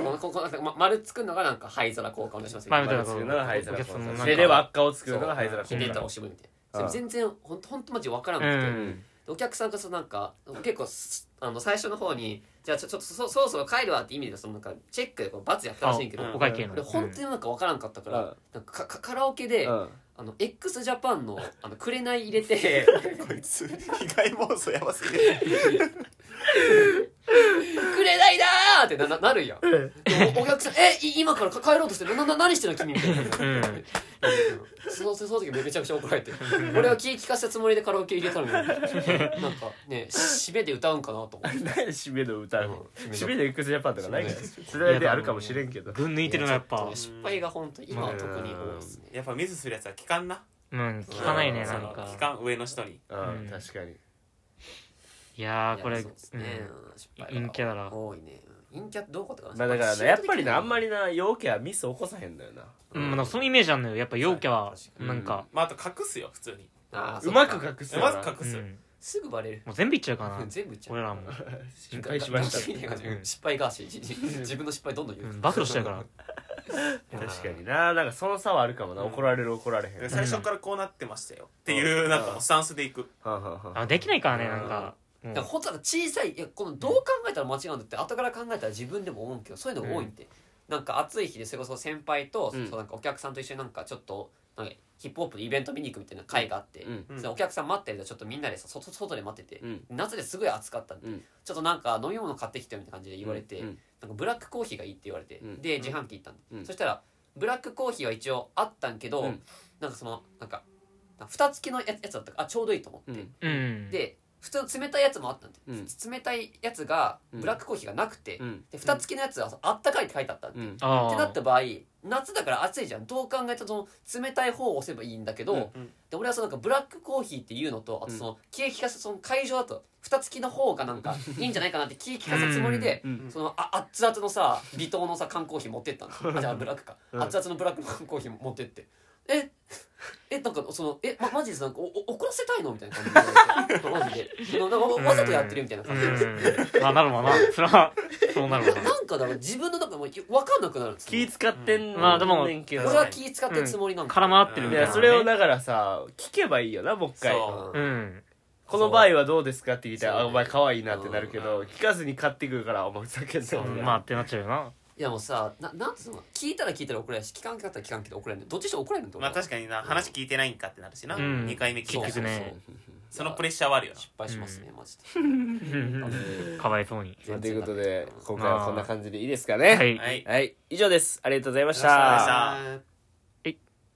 Speaker 2: のこのこのま丸作るのがなんか灰皿効果を出しますよ
Speaker 4: まあみ
Speaker 2: 今
Speaker 4: たいな
Speaker 1: 罰いうのが灰皿
Speaker 4: お客様の
Speaker 1: 交換
Speaker 4: なんか
Speaker 1: それで輪っかを作るのが灰皿
Speaker 2: ひ
Speaker 1: 交
Speaker 2: ねっ
Speaker 1: 換
Speaker 2: たらおしぶいみたいな
Speaker 1: うん
Speaker 2: それ全然ほんとほんとマジ分から
Speaker 4: う
Speaker 2: なくて
Speaker 4: ん
Speaker 2: でお客さんがそのなんか結構すあの最初の方にじゃあちょちょっとそそろそろ帰るわって意味でそのなんかチェックでこう罰やったらしいんやけ
Speaker 3: あ
Speaker 4: お
Speaker 2: ど
Speaker 4: 会計の
Speaker 2: 俺本当になんか分からんかったから、
Speaker 1: うん
Speaker 2: なんかかかカラオケで、
Speaker 1: うん
Speaker 2: あの x ジャパンの「あの紅」入れて
Speaker 3: こいつ、被害妄想やばすぎる。
Speaker 2: 紅だーってなななるやんでおお客さん「えい今からか帰ろうとしてるなな何してるの君」みたいな
Speaker 4: うん
Speaker 2: そのその時めちゃくちゃ怒られて俺は気聞かせたつもりでカラオケ入れたのになんかねし締めで歌うんかなと思って
Speaker 1: 何締めの歌うの
Speaker 2: うん
Speaker 1: 締めの x ジャパンとかないからそれであるかもしれんけど
Speaker 4: 群抜いてるのやっ
Speaker 2: ちょ
Speaker 4: ぱ
Speaker 2: とね失敗が本当今は特に多いですね
Speaker 3: やっぱミスするやつは聞かんな。
Speaker 4: うん聞かないね
Speaker 3: う
Speaker 4: なん
Speaker 3: その
Speaker 4: か
Speaker 3: 聞かん、上の人に。
Speaker 1: う
Speaker 4: うんん
Speaker 1: 確かに
Speaker 4: いやーこ
Speaker 2: いや
Speaker 4: れ
Speaker 2: そうですね
Speaker 4: うん
Speaker 2: うん失敗が
Speaker 4: 陰キャだな
Speaker 2: 多いねうん陰キャってどうこうとか
Speaker 1: まあだからねやっぱりねあんまりな陽気はミス起こさへんだよな
Speaker 4: うんまあなんかそのイメージあんのよやっぱ陽キャは
Speaker 2: 確
Speaker 1: に
Speaker 4: なんか
Speaker 3: まあ、あと隠すよ、普通に。
Speaker 2: あー
Speaker 1: うま
Speaker 2: そ
Speaker 1: く
Speaker 2: っか
Speaker 1: 隠す
Speaker 3: う
Speaker 1: よな
Speaker 3: まく
Speaker 4: う
Speaker 3: 隠す。
Speaker 4: ん
Speaker 2: すぐバレる
Speaker 4: もう全部いっちゃうかな
Speaker 2: 全部言っちゃう
Speaker 4: 俺らも
Speaker 1: 心配しま した
Speaker 2: ガチみたいな感じ失敗がしじじ自分の失敗どんどん言
Speaker 4: う
Speaker 2: うん
Speaker 4: 暴露しちゃうから
Speaker 1: 確かにななんかその差はあるかもな怒られる怒られへんは
Speaker 3: 最初からこうなってましたよ。っていう、なんかもうスタンスでいく。
Speaker 1: あはあはあ
Speaker 4: あできないからねなんかもう
Speaker 2: だからほんとだ小さいいやこのどう考えたら間違うんだって後から考えたら自分でも思うけどそういうのが多いんで、なんか暑い日でそれこそ先輩と、
Speaker 1: うん
Speaker 2: そうなんかお客さんと一緒になんかちょっとなんかヒップホップのイベント見に行くみたいな会があって、
Speaker 1: うん
Speaker 3: うん
Speaker 2: それお客さん待ってるとちょっとみんなでさ外外で待ってて、
Speaker 1: うん
Speaker 2: 夏ですごい暑かったんで、
Speaker 1: うん
Speaker 2: ちょっとなんか飲み物買ってきてよみたいな感じで言われて、
Speaker 1: うん
Speaker 2: なんかブラックコーヒーがいいって言われて、
Speaker 1: うん
Speaker 2: で自販機行ったんで、
Speaker 1: うん
Speaker 2: そしたらブラックコーヒーは一応あったんけど、
Speaker 1: うん
Speaker 2: なんかそのなんか蓋付きのやつやつだったからあちょうどいいと思って。
Speaker 1: うん
Speaker 4: うん
Speaker 2: で普通の冷たいやつもあったんで、
Speaker 1: うん
Speaker 2: 冷たいやつが
Speaker 1: うん
Speaker 2: ブラックコーヒーがなくて、
Speaker 1: うん
Speaker 2: で蓋付きのやつはあったかいって書いてあったんで、
Speaker 1: う
Speaker 2: っ
Speaker 1: ん
Speaker 4: あ
Speaker 2: てなった
Speaker 4: ー
Speaker 2: 場合夏だから暑いじゃんどう考えたらその冷たい方を押せばいいんだけど、
Speaker 1: うん
Speaker 3: うん
Speaker 2: で俺はそのなんかブラックコーヒーっていうのとあとその気を利かせたその会場だと蓋付きの方がなんかいいんじゃないかなって気を利かせたつもりで。
Speaker 1: うん
Speaker 2: そのあ熱々のさ微糖のさ缶コーヒー持ってったんですよ あじゃあブラックか、
Speaker 1: うん
Speaker 2: 熱々のブラックの缶コーヒー持ってってええなんかそのえ、ま、マジでなんかおお怒らせたいのみたいな感じで 言われてマジでなんかわわざとやってるみたいな感じで、
Speaker 4: うんまあなるわなそれはそうなるわな
Speaker 2: なんかだから自分の中もう分かんなくなるんですよ
Speaker 1: 気使ってん
Speaker 4: うんまあでも
Speaker 1: ねんけど
Speaker 2: 俺は気使ってるつもり なん
Speaker 4: 絡まってる
Speaker 1: い
Speaker 4: みたいな
Speaker 1: や
Speaker 4: ね
Speaker 1: それをだからさ聞けばいいよなもう一回
Speaker 3: そう
Speaker 4: うん
Speaker 1: この場合はどうですかって聞いたら「あ
Speaker 2: そう
Speaker 1: お前可愛いな」ってなるけ
Speaker 3: う
Speaker 1: ど
Speaker 3: ん
Speaker 1: 聞かずに買ってくるから「お前ふざけんな
Speaker 2: そ
Speaker 1: よ
Speaker 2: う」
Speaker 4: まあってなっちゃうよない
Speaker 2: やもうさななんつうの聞いたら聞いたら怒られるし聞かんかったら聞かんけど怒られるどっちにしても怒られるんだよ
Speaker 3: まあ
Speaker 2: 俺は
Speaker 3: 確かにな、話聞いてないんかってなるしな。
Speaker 4: うん
Speaker 3: 2回目聞い
Speaker 2: そう
Speaker 3: た
Speaker 4: 結
Speaker 3: し
Speaker 4: 局ね
Speaker 3: そのプレッシャーはあるよな。
Speaker 2: 失敗しますね、 マジで
Speaker 4: かわいそうに
Speaker 1: まあということで今回
Speaker 4: ま
Speaker 1: は
Speaker 4: あ
Speaker 1: こんな感じでいいですか
Speaker 4: は
Speaker 1: ね
Speaker 4: い
Speaker 3: はい。
Speaker 1: はい以上ですありがとうございまし
Speaker 3: ありがとうございましたた
Speaker 2: あー